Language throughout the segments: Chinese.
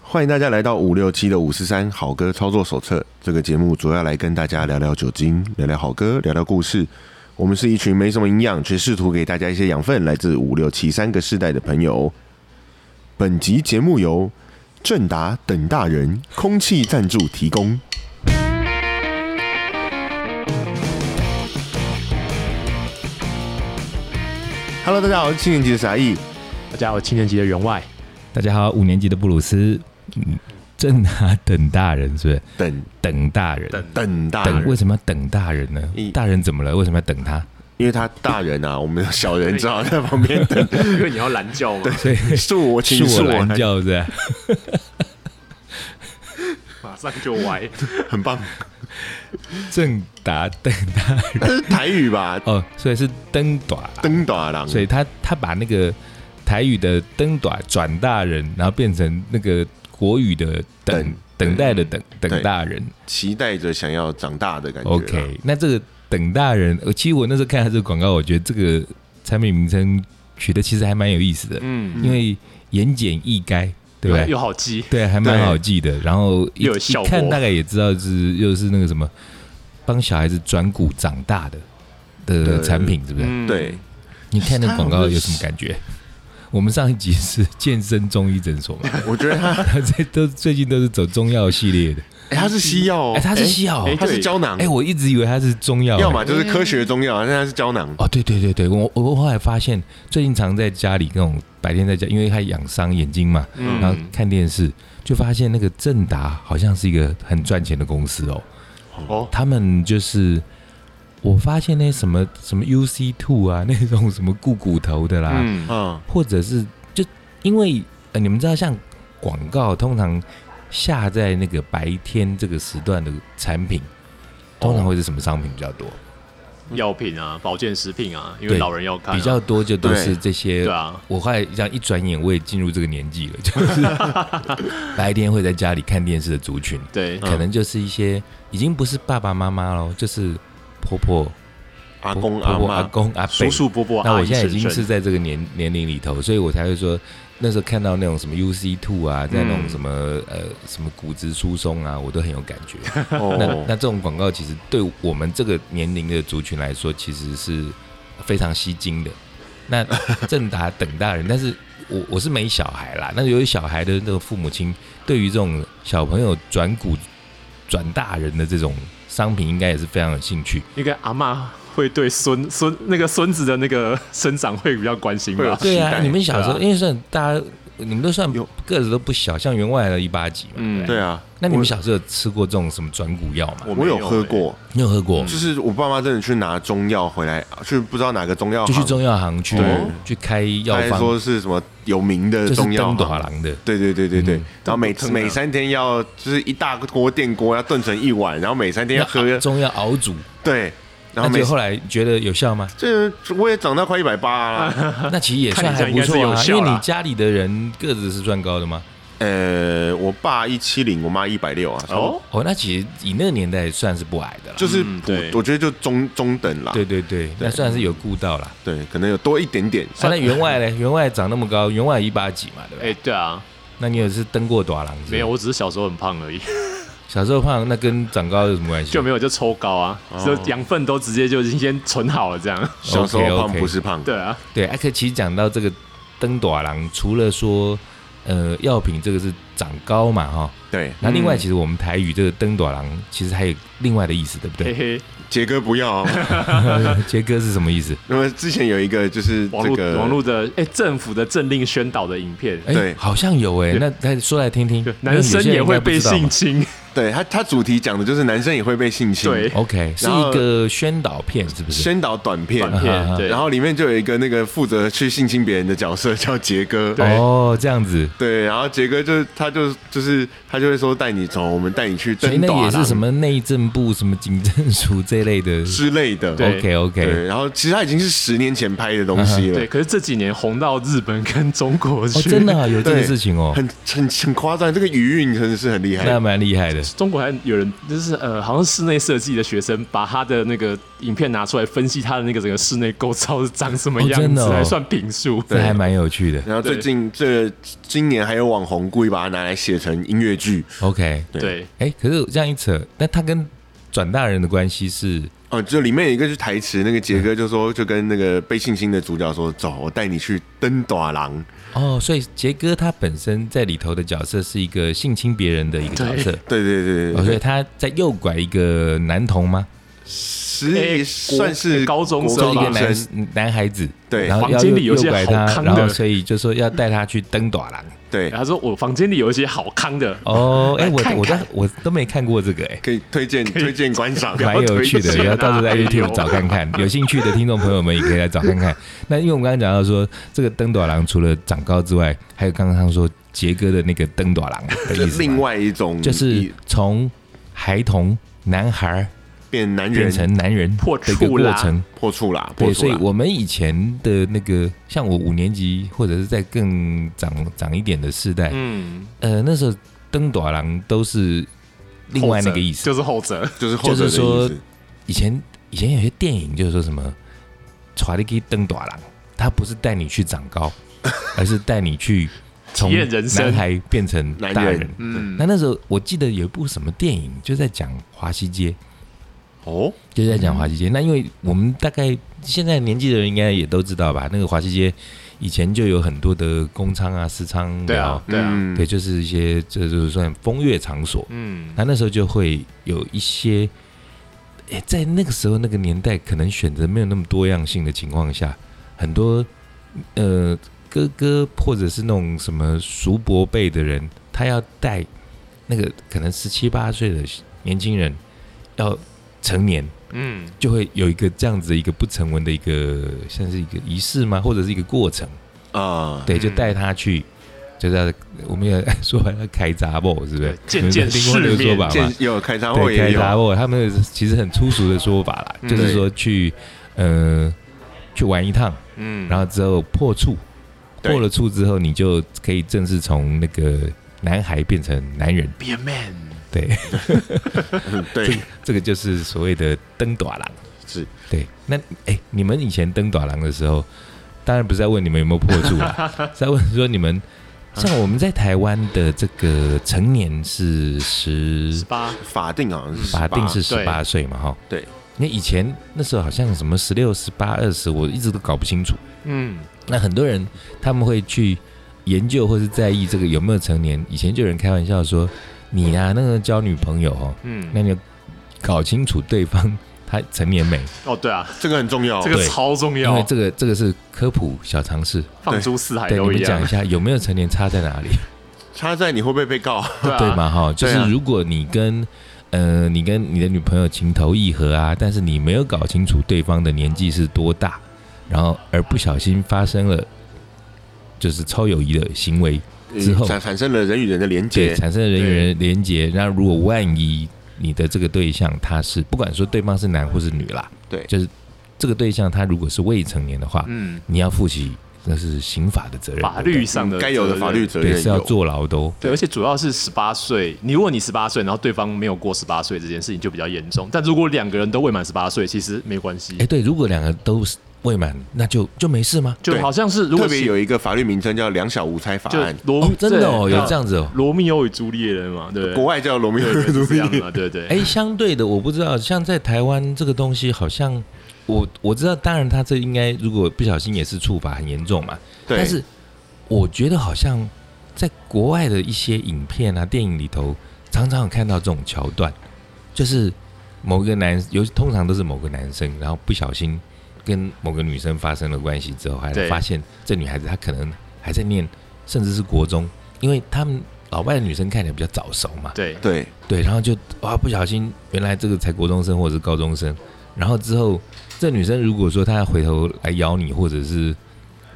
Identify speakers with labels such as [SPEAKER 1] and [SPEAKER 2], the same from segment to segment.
[SPEAKER 1] 欢迎大家来到五六七的五四三好歌操作手册。这个节目主要来跟大家聊聊酒精，聊聊好歌，聊聊故事。我们是一群没什么营养，却试图给大家一些养分，来自五六七三个世代的朋友。本集节目由正达等大人空气赞助提供。Hello，大家好，我是七年级的傻义。
[SPEAKER 2] 大家好，我七年级的员外，
[SPEAKER 3] 大家好，五年级的布鲁斯，嗯，正啊等大人是不是？
[SPEAKER 1] 等
[SPEAKER 3] 等大人，
[SPEAKER 1] 等大
[SPEAKER 3] 等
[SPEAKER 1] 人
[SPEAKER 3] 为，什么要等大人呢
[SPEAKER 1] 一？
[SPEAKER 3] 大人怎么了？为什么要等他？
[SPEAKER 1] 因为他大人啊，我们小人只好在旁边 等。
[SPEAKER 2] 因为你要拦轿嘛，
[SPEAKER 3] 所以
[SPEAKER 1] 恕我请
[SPEAKER 3] 恕
[SPEAKER 1] 恕
[SPEAKER 3] 我拦
[SPEAKER 1] 我，
[SPEAKER 3] 轿是不 是？
[SPEAKER 2] 马上就歪。
[SPEAKER 1] 很棒。
[SPEAKER 3] 正达等大
[SPEAKER 1] 那是台语吧？
[SPEAKER 3] 哦，所以是登短，
[SPEAKER 1] 登大郎，
[SPEAKER 3] 所以他他把那个台语的登短转大人，然后变成那个国语的等
[SPEAKER 1] 等
[SPEAKER 3] 等待的等
[SPEAKER 1] 对
[SPEAKER 3] 等大人。
[SPEAKER 1] 期待着想要长大的感觉啦。
[SPEAKER 3] OK，那这个等大人，呃其实我那时候看他这个广告，我觉得这个产品名称取的其实还蛮有意思的。
[SPEAKER 2] 嗯，
[SPEAKER 3] 因为言简意赅，对不对？
[SPEAKER 2] 又好记，
[SPEAKER 3] 对，还蛮好记的。然后一
[SPEAKER 2] 又有效
[SPEAKER 3] 一
[SPEAKER 2] 果
[SPEAKER 3] 看大概也知道是又是那个什么帮小孩子转骨长大的
[SPEAKER 1] 对
[SPEAKER 3] 的产品，是不是？
[SPEAKER 2] 嗯，
[SPEAKER 1] 对，
[SPEAKER 3] 你看那广告有什么感觉？我们上一集是健身中医诊所嘛，
[SPEAKER 1] 我觉得他
[SPEAKER 3] 他这都最近都是走中药系列的。
[SPEAKER 1] 哎他是西药哦
[SPEAKER 3] 哎，，他是西药哦，
[SPEAKER 1] 哎他是胶囊
[SPEAKER 3] 哎，，我一直以为他是中药，
[SPEAKER 1] 要么就是科学中药，但他是胶囊。
[SPEAKER 3] 哦，对对对对，我我后来发现，最近常在家里那种白天在家，因为他养伤眼睛嘛，
[SPEAKER 2] 嗯
[SPEAKER 3] 然后看电视，就发现那个正达好像是一个很赚钱的公司哦。
[SPEAKER 2] 哦，
[SPEAKER 3] 他们就是我发现那什么什么 UC Two 啊，那种什么固骨头的啦，
[SPEAKER 2] 嗯，
[SPEAKER 1] 嗯，
[SPEAKER 3] 或者是就因为呃，你们知道，像广告通常下在那个白天这个时段的产品，通
[SPEAKER 2] 哦
[SPEAKER 3] 常会是什么商品比较多？
[SPEAKER 2] 药品啊，保健食品啊，因为
[SPEAKER 3] 对
[SPEAKER 2] 老人要看啊，
[SPEAKER 3] 比较呃多就都是这些
[SPEAKER 2] 对啊，
[SPEAKER 3] 我后来这样一转眼，我也进入这个年纪了， 就是白天会在家里看电视的族群，
[SPEAKER 2] 对，
[SPEAKER 3] 可能就是一些已经不是爸爸妈妈喽，就是婆婆、
[SPEAKER 1] 阿公
[SPEAKER 3] 婆
[SPEAKER 1] 阿
[SPEAKER 3] 婆、阿
[SPEAKER 1] 妈，
[SPEAKER 3] 公、阿伯
[SPEAKER 2] 叔。叔伯伯，
[SPEAKER 3] 那
[SPEAKER 2] 阿
[SPEAKER 3] 我
[SPEAKER 2] 姨
[SPEAKER 3] 现在已
[SPEAKER 2] 婶
[SPEAKER 3] 经
[SPEAKER 2] 婶
[SPEAKER 3] 是在这个年年龄里头，所以我才会说，那时候看到那种什么 UC Two 啊，在那种
[SPEAKER 2] 嗯
[SPEAKER 3] 什么、呃什么骨质疏松啊，我都很有感觉。那
[SPEAKER 1] 哦
[SPEAKER 3] 那，这种广告其实对我们这个年龄的族群来说，其实是非常吸睛的。那 正达等大人，但是我我是没小孩啦。那由于小孩的那个父母亲，对于这种小朋友转股转大人的这种商品，应该也是非常有兴趣。
[SPEAKER 2] 应该阿嬷会对孙孙那个孙子的那个生长会比较关心
[SPEAKER 1] 会有
[SPEAKER 2] 吧？
[SPEAKER 3] 对
[SPEAKER 1] 期
[SPEAKER 3] 啊，
[SPEAKER 1] 待
[SPEAKER 3] 你们小时
[SPEAKER 2] 对
[SPEAKER 3] 候、
[SPEAKER 2] 啊
[SPEAKER 3] 因为算大家，你们都算
[SPEAKER 1] 有
[SPEAKER 3] 个子都不小，像员外的一八几嘛。
[SPEAKER 2] 嗯，
[SPEAKER 1] 对啊，
[SPEAKER 3] 那你们小时候有吃过这种什么转骨药吗？
[SPEAKER 1] 我
[SPEAKER 2] 我
[SPEAKER 1] 我
[SPEAKER 2] 没有
[SPEAKER 1] 有喝过，
[SPEAKER 3] 你有喝过？
[SPEAKER 1] 就是我爸妈真的去拿中药回来，啊去不知道哪个中药
[SPEAKER 3] 就
[SPEAKER 1] 行，
[SPEAKER 3] 去中药行去
[SPEAKER 1] 对
[SPEAKER 3] 去开药
[SPEAKER 1] 他还
[SPEAKER 3] 方，
[SPEAKER 1] 说是什么有名的
[SPEAKER 3] 就是
[SPEAKER 1] 中药
[SPEAKER 3] 登
[SPEAKER 1] 行
[SPEAKER 3] 短郎的。
[SPEAKER 1] 对对对对对，
[SPEAKER 3] 嗯
[SPEAKER 1] 然后每次
[SPEAKER 2] 疼的
[SPEAKER 1] 每三天要就是一大锅电锅要炖成一碗，然后每三天要
[SPEAKER 3] 要
[SPEAKER 1] 喝，
[SPEAKER 3] 熬中药熬煮，
[SPEAKER 1] 对，然
[SPEAKER 3] 那
[SPEAKER 1] 后每？
[SPEAKER 3] 就后来觉得有 效吗
[SPEAKER 1] 这我也长到快一百八了，
[SPEAKER 3] 那其实也算还
[SPEAKER 2] 看起来
[SPEAKER 3] 不
[SPEAKER 2] 应该是
[SPEAKER 3] 错
[SPEAKER 2] 有
[SPEAKER 3] 啊，
[SPEAKER 2] 效
[SPEAKER 3] 因
[SPEAKER 2] 啦
[SPEAKER 3] 为你家里的人个子是算高的吗？
[SPEAKER 1] 呃，我爸一七零，我妈一百六啊，
[SPEAKER 2] 哦，
[SPEAKER 3] 哦，那其实以那个年代算是不矮的了。
[SPEAKER 1] 就是
[SPEAKER 2] 嗯
[SPEAKER 1] 普
[SPEAKER 2] 对
[SPEAKER 1] 我觉得就中中等
[SPEAKER 2] 啊
[SPEAKER 1] 啦，
[SPEAKER 3] 对对对，那算是有顾到啦。
[SPEAKER 1] 对，可能有多一点点，
[SPEAKER 3] 啊那员外呢？员外长那么高，员外一八几嘛，对不
[SPEAKER 2] 哎，
[SPEAKER 3] 对？
[SPEAKER 2] 对啊，
[SPEAKER 3] 那你有是登过短廊？
[SPEAKER 2] 没有，，我只是小时候很胖而已，
[SPEAKER 3] 小时候胖，那跟长高有什么关系？
[SPEAKER 2] 就没有就抽高啊，就养分都直接就已经先存好了这样，
[SPEAKER 1] 小时候胖
[SPEAKER 3] OK，OK
[SPEAKER 1] 不是胖，
[SPEAKER 2] 对啊，
[SPEAKER 3] 对，哎，可其实讲到这个登短廊，除了说呃药品这个是长高嘛，哈，
[SPEAKER 1] 对，
[SPEAKER 3] 那另外
[SPEAKER 2] 嗯
[SPEAKER 3] 其实我们台语这个登短廊其实还有另外的意思，对不
[SPEAKER 2] 嘿
[SPEAKER 3] 对？
[SPEAKER 2] 嘿，
[SPEAKER 1] 杰哥不 要哦，
[SPEAKER 2] 哎
[SPEAKER 3] 杰哥是什么意思？
[SPEAKER 1] 那么之前有一个就是
[SPEAKER 2] 网
[SPEAKER 1] 这
[SPEAKER 2] 络
[SPEAKER 1] 个
[SPEAKER 2] 网络的哎政府的政令宣导的影片，
[SPEAKER 3] 哎、
[SPEAKER 1] 对
[SPEAKER 3] 好像有哎、
[SPEAKER 2] 对
[SPEAKER 3] 那再说来听听
[SPEAKER 2] 对，，男生也会被性
[SPEAKER 3] 信。
[SPEAKER 2] 侵，
[SPEAKER 1] 对他他主题讲的就是男生也会被性侵，
[SPEAKER 2] 对
[SPEAKER 3] OK，是
[SPEAKER 1] 然后
[SPEAKER 3] 一个宣导片，是不是？
[SPEAKER 1] 宣导短片。
[SPEAKER 2] 短片，
[SPEAKER 3] 啊
[SPEAKER 2] 对，
[SPEAKER 1] 然后里面就有一个那个负责去性侵别人的角色叫杰哥，
[SPEAKER 2] 对
[SPEAKER 3] 哦，这样子，
[SPEAKER 1] 对，然后杰哥就是他就就是他就会说带你走，我们带你去
[SPEAKER 3] 所以
[SPEAKER 1] 登
[SPEAKER 3] 那
[SPEAKER 2] 啊
[SPEAKER 1] 岛啊
[SPEAKER 3] 也是什么内政部、什么警政署这一类的。
[SPEAKER 1] 之类的，哦
[SPEAKER 2] 对
[SPEAKER 3] OK
[SPEAKER 1] 对，
[SPEAKER 3] OK，嗯
[SPEAKER 1] 然后其实他已经是十年前拍的东西了，
[SPEAKER 2] 对，可是这几年红到日本跟中国
[SPEAKER 3] 哦，
[SPEAKER 2] 去，
[SPEAKER 3] 真的、啊、有这个
[SPEAKER 1] 对
[SPEAKER 3] 事情哦，
[SPEAKER 1] 很很很夸张，这个余韵真的是很厉害。
[SPEAKER 3] 那蛮厉害的。
[SPEAKER 2] 中国还有人就是呃，好像室内设计的学生把他的那个影片拿出来分析他的那个整个室内构造是长什么
[SPEAKER 3] 哦
[SPEAKER 2] 样
[SPEAKER 3] 真
[SPEAKER 2] 子，
[SPEAKER 3] 的哦
[SPEAKER 2] 来算评数。
[SPEAKER 3] 这还蛮有趣的。
[SPEAKER 1] 然后最近这今年还有网红故意把它拿来写成音乐剧，
[SPEAKER 3] OK，
[SPEAKER 1] 对
[SPEAKER 2] 对，
[SPEAKER 3] 哎、可是这样一扯，那他跟转大人的关系是
[SPEAKER 1] 哦，这里面有一个是台词，那个杰哥就说，就跟那个被性侵的主角说，走，我带你去登短廊。
[SPEAKER 3] 哦，所以杰哥他本身在里头的角色是一个性侵别人的一个角色，
[SPEAKER 1] 对对对对
[SPEAKER 3] 哦，所
[SPEAKER 1] 对，
[SPEAKER 3] 以他在诱拐一个男童吗？
[SPEAKER 1] 实
[SPEAKER 2] 哎
[SPEAKER 1] 力
[SPEAKER 2] 国
[SPEAKER 1] 算是
[SPEAKER 2] 高中
[SPEAKER 1] 国
[SPEAKER 2] 生
[SPEAKER 3] 一
[SPEAKER 2] 吧
[SPEAKER 3] 个
[SPEAKER 1] 高
[SPEAKER 3] 男
[SPEAKER 1] 生，
[SPEAKER 3] 男孩子，
[SPEAKER 1] 对
[SPEAKER 3] 然后
[SPEAKER 2] 房
[SPEAKER 3] 要
[SPEAKER 2] 间里有
[SPEAKER 3] 诱诱
[SPEAKER 2] 些
[SPEAKER 3] 拐
[SPEAKER 2] 好
[SPEAKER 3] 他，
[SPEAKER 2] 康的
[SPEAKER 3] 然后所以就说要带他去登短廊。
[SPEAKER 1] 对
[SPEAKER 2] 然，后他说我房间里有一些好康的，
[SPEAKER 3] 哦，哎、
[SPEAKER 2] 来
[SPEAKER 3] 我
[SPEAKER 2] 看
[SPEAKER 3] 我
[SPEAKER 2] 看
[SPEAKER 3] 都我都没看过这个、哎。
[SPEAKER 1] 可以推荐推荐观赏。
[SPEAKER 2] 要
[SPEAKER 3] 蛮有趣
[SPEAKER 2] 推
[SPEAKER 3] 的，也
[SPEAKER 2] 荐
[SPEAKER 3] 要到时候在
[SPEAKER 2] 啊
[SPEAKER 3] YouTube 找
[SPEAKER 2] 哎呦
[SPEAKER 3] 看看。有兴趣的听众朋友们也可以来找看看。那因为我们刚刚讲到说，这个登短郎除了长高之外，还有刚刚说杰哥的那个登短郎的意思嘛，
[SPEAKER 1] 另外一种
[SPEAKER 3] 就是从孩童男孩
[SPEAKER 1] 变男
[SPEAKER 3] 变
[SPEAKER 1] 人
[SPEAKER 3] 成男人
[SPEAKER 2] 破
[SPEAKER 3] 的一个
[SPEAKER 2] 处
[SPEAKER 3] 过
[SPEAKER 2] 啦
[SPEAKER 3] 程。
[SPEAKER 1] 破处啦，破
[SPEAKER 3] 对，
[SPEAKER 1] 处
[SPEAKER 2] 啊
[SPEAKER 3] 所以
[SPEAKER 1] 啦。
[SPEAKER 3] 我们以前的那个，像我五年级或者是在更长长一点的世代，
[SPEAKER 2] 嗯，
[SPEAKER 3] 呃，那时候登短郎都是另外那个意思，
[SPEAKER 2] 就是后者，
[SPEAKER 1] 就是后者
[SPEAKER 3] 就
[SPEAKER 1] 的
[SPEAKER 3] 是说
[SPEAKER 1] 意思，
[SPEAKER 3] 以前以前有些电影就是说什么“传力给登短郎”，他不是带你去长 高，而是带你去从
[SPEAKER 2] 体验人生
[SPEAKER 3] 男孩变成大
[SPEAKER 1] 男
[SPEAKER 3] 人。
[SPEAKER 1] 人
[SPEAKER 2] 嗯
[SPEAKER 3] 那，那时候我记得有一部什么电影，就在讲华西街，
[SPEAKER 1] 哦，
[SPEAKER 3] 就在讲华西街。那因为我们大概现在年纪的人应该也都知道吧，那个华西街以前就有很多的工娼啊、私娼，
[SPEAKER 2] 对
[SPEAKER 3] 然
[SPEAKER 2] 啊
[SPEAKER 3] 后，
[SPEAKER 2] 对啊，
[SPEAKER 1] 嗯
[SPEAKER 3] 对，就是一些这就是算风月场所。
[SPEAKER 2] 嗯，
[SPEAKER 3] 那那时候就会有一些，诶，在那个时候那个年代，可能选择没有那么多样性的情况下，很多呃哥哥或者是那种什么叔伯辈的人，他要带那个可能十七八岁的年轻人要成年，
[SPEAKER 2] 嗯，
[SPEAKER 3] 就会有一个这样子的一个不成文的一个像是一个仪式吗？或者是一个过程？
[SPEAKER 1] 啊，
[SPEAKER 3] 对，就
[SPEAKER 2] 嗯
[SPEAKER 3] 带他去。就是要 我们也说白了，开杂货是不是？
[SPEAKER 2] 见
[SPEAKER 3] 你们
[SPEAKER 2] 见
[SPEAKER 3] 听过这个
[SPEAKER 2] 世面
[SPEAKER 3] 说法吗
[SPEAKER 1] 见？有开张会
[SPEAKER 3] 对，开
[SPEAKER 1] 也有
[SPEAKER 3] 杂货，他们其实很粗俗的说法啦，
[SPEAKER 2] 嗯
[SPEAKER 3] 就是说去呃去玩一趟，
[SPEAKER 2] 嗯，
[SPEAKER 3] 然后之后破处，
[SPEAKER 1] 对
[SPEAKER 3] 破了处之后，你就可以正式从那个男孩变成男人。
[SPEAKER 2] be a man，
[SPEAKER 3] 对，
[SPEAKER 1] 嗯对，
[SPEAKER 3] 这个就是所谓的登短郎。
[SPEAKER 1] 是
[SPEAKER 3] 对，那哎，你们以前登短郎的时候，当然不是在问你们有没有破处啦，是在问说你们。像我们在台湾的这个成年是十
[SPEAKER 2] 十八，
[SPEAKER 1] 法定好像是
[SPEAKER 3] 法定是十
[SPEAKER 2] 对
[SPEAKER 3] 八岁嘛，哈。
[SPEAKER 1] 对。
[SPEAKER 3] 那以前那时候好像什么十六、十八、二十，我一直都搞不清楚。
[SPEAKER 2] 嗯，
[SPEAKER 3] 那很多人他们会去研究或是在意这个有没有成年。以前就有人开玩笑说：“你呀、那个交女朋友哦，
[SPEAKER 2] 嗯，
[SPEAKER 3] 那你要搞清楚对方他成年没，
[SPEAKER 2] 哦，对啊，
[SPEAKER 1] 这个很重要，
[SPEAKER 2] 这个
[SPEAKER 3] 对
[SPEAKER 2] 超重
[SPEAKER 3] 因
[SPEAKER 2] 要
[SPEAKER 3] 为，这个这个是科普小常识。
[SPEAKER 2] 放诸四海
[SPEAKER 3] 对，你
[SPEAKER 2] 都一
[SPEAKER 3] 们讲
[SPEAKER 2] 样
[SPEAKER 3] 一，下有没有成年差在哪里，
[SPEAKER 1] 插在你会不会被告？
[SPEAKER 2] 对啊
[SPEAKER 3] 对？嘛？哈，就
[SPEAKER 1] 对
[SPEAKER 3] 是
[SPEAKER 1] 啊
[SPEAKER 3] 如果你跟呃，你跟你的女朋友情投意合啊，但是你没有搞清楚对方的年纪是多大，然后而不小心发生了就是超友谊的行为，之
[SPEAKER 1] 嗯
[SPEAKER 3] 后
[SPEAKER 1] 产产生了人与人的连
[SPEAKER 3] 对，
[SPEAKER 1] 接，
[SPEAKER 3] 产生了人与
[SPEAKER 2] 对
[SPEAKER 3] 人连结。那如果万一你的这个对象他是不管说对方是男或是女啦，
[SPEAKER 1] 对
[SPEAKER 3] 就是这个对象他如果是未成年的话，
[SPEAKER 2] 嗯，
[SPEAKER 3] 你要负起那是刑法的责任，
[SPEAKER 2] 法
[SPEAKER 3] 对不
[SPEAKER 2] 律
[SPEAKER 3] 对
[SPEAKER 2] 上的
[SPEAKER 1] 嗯该有的
[SPEAKER 2] 责任
[SPEAKER 1] 法律责
[SPEAKER 3] 对
[SPEAKER 1] 任
[SPEAKER 3] 是要
[SPEAKER 1] 有
[SPEAKER 3] 坐牢的哦。
[SPEAKER 2] 对，而且主要是十八岁，你如果你十八岁，然后对方没有过十八岁，这件事情就比较严重。但如果两个人都未满十八岁，其实没关系
[SPEAKER 3] 哎、，对，如果两个都是未满，那就就没事吗？
[SPEAKER 2] 就
[SPEAKER 1] 对
[SPEAKER 2] 好像是如果
[SPEAKER 1] 特
[SPEAKER 2] 是
[SPEAKER 1] 别有一个法律名称叫“两小无猜法
[SPEAKER 2] 就
[SPEAKER 1] 案
[SPEAKER 2] 罗、
[SPEAKER 3] 哦，真的哦，
[SPEAKER 2] 对
[SPEAKER 3] 有这样子哦。
[SPEAKER 2] 罗密欧与朱丽叶人嘛，对”，不
[SPEAKER 1] 国
[SPEAKER 2] 对？
[SPEAKER 1] 外叫罗密欧
[SPEAKER 2] 对
[SPEAKER 1] 与
[SPEAKER 2] 就是
[SPEAKER 1] 朱
[SPEAKER 2] 这
[SPEAKER 1] 丽
[SPEAKER 2] 样
[SPEAKER 1] 叶。
[SPEAKER 2] 嘛，对对。
[SPEAKER 3] 哎，相对的，我不知道，像在台湾这个东西，好像我我知道，当然他这应该如果不小心也是处罚很严重嘛。
[SPEAKER 1] 对，
[SPEAKER 3] 但是我觉得好像在国外的一些影片啊、电影里头，常常有看到这种桥段，就是某个男，尤其通常都是某个男生，然后不小心跟某个女生发生了关系之后，还
[SPEAKER 2] 对
[SPEAKER 3] 发现这女孩子她可能还在念，甚至是国中，因为他们老外的女生看起来比较早熟嘛，
[SPEAKER 2] 对，
[SPEAKER 1] 对
[SPEAKER 3] 对，然后就哇，不小心原来这个才国中生或者是高中生，然后之后这女生如果说她回头来咬你，或者是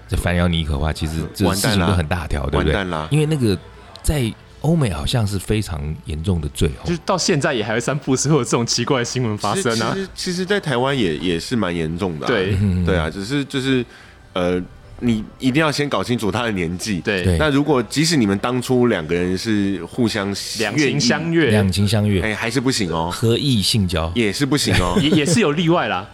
[SPEAKER 3] 就反咬你一口的话，其实这
[SPEAKER 1] 完
[SPEAKER 3] 事
[SPEAKER 1] 蛋
[SPEAKER 3] 情都
[SPEAKER 1] 啦
[SPEAKER 3] 很大条，对
[SPEAKER 1] 完
[SPEAKER 3] 不对？
[SPEAKER 1] 蛋啦！
[SPEAKER 3] 因为那个在欧美好像是非常严重的罪哦
[SPEAKER 2] 就是。到现在也还会三不五时会有这种奇怪的新闻发生啊
[SPEAKER 1] 其实，其实其实在台湾也也是蛮严重的啊、
[SPEAKER 2] 对
[SPEAKER 3] 嗯
[SPEAKER 1] 对啊，只是就是呃，你一定要先搞清楚他的年纪。
[SPEAKER 2] 对
[SPEAKER 3] 对
[SPEAKER 1] 那如果即使你们当初两个人是互相
[SPEAKER 2] 两
[SPEAKER 1] 愿
[SPEAKER 2] 情
[SPEAKER 1] 意
[SPEAKER 2] 相悦
[SPEAKER 3] 两情相悦，
[SPEAKER 1] 哎，还是不行哦，
[SPEAKER 3] 合意性交，
[SPEAKER 1] 也是不行哦。
[SPEAKER 2] 也也是有例外 啦。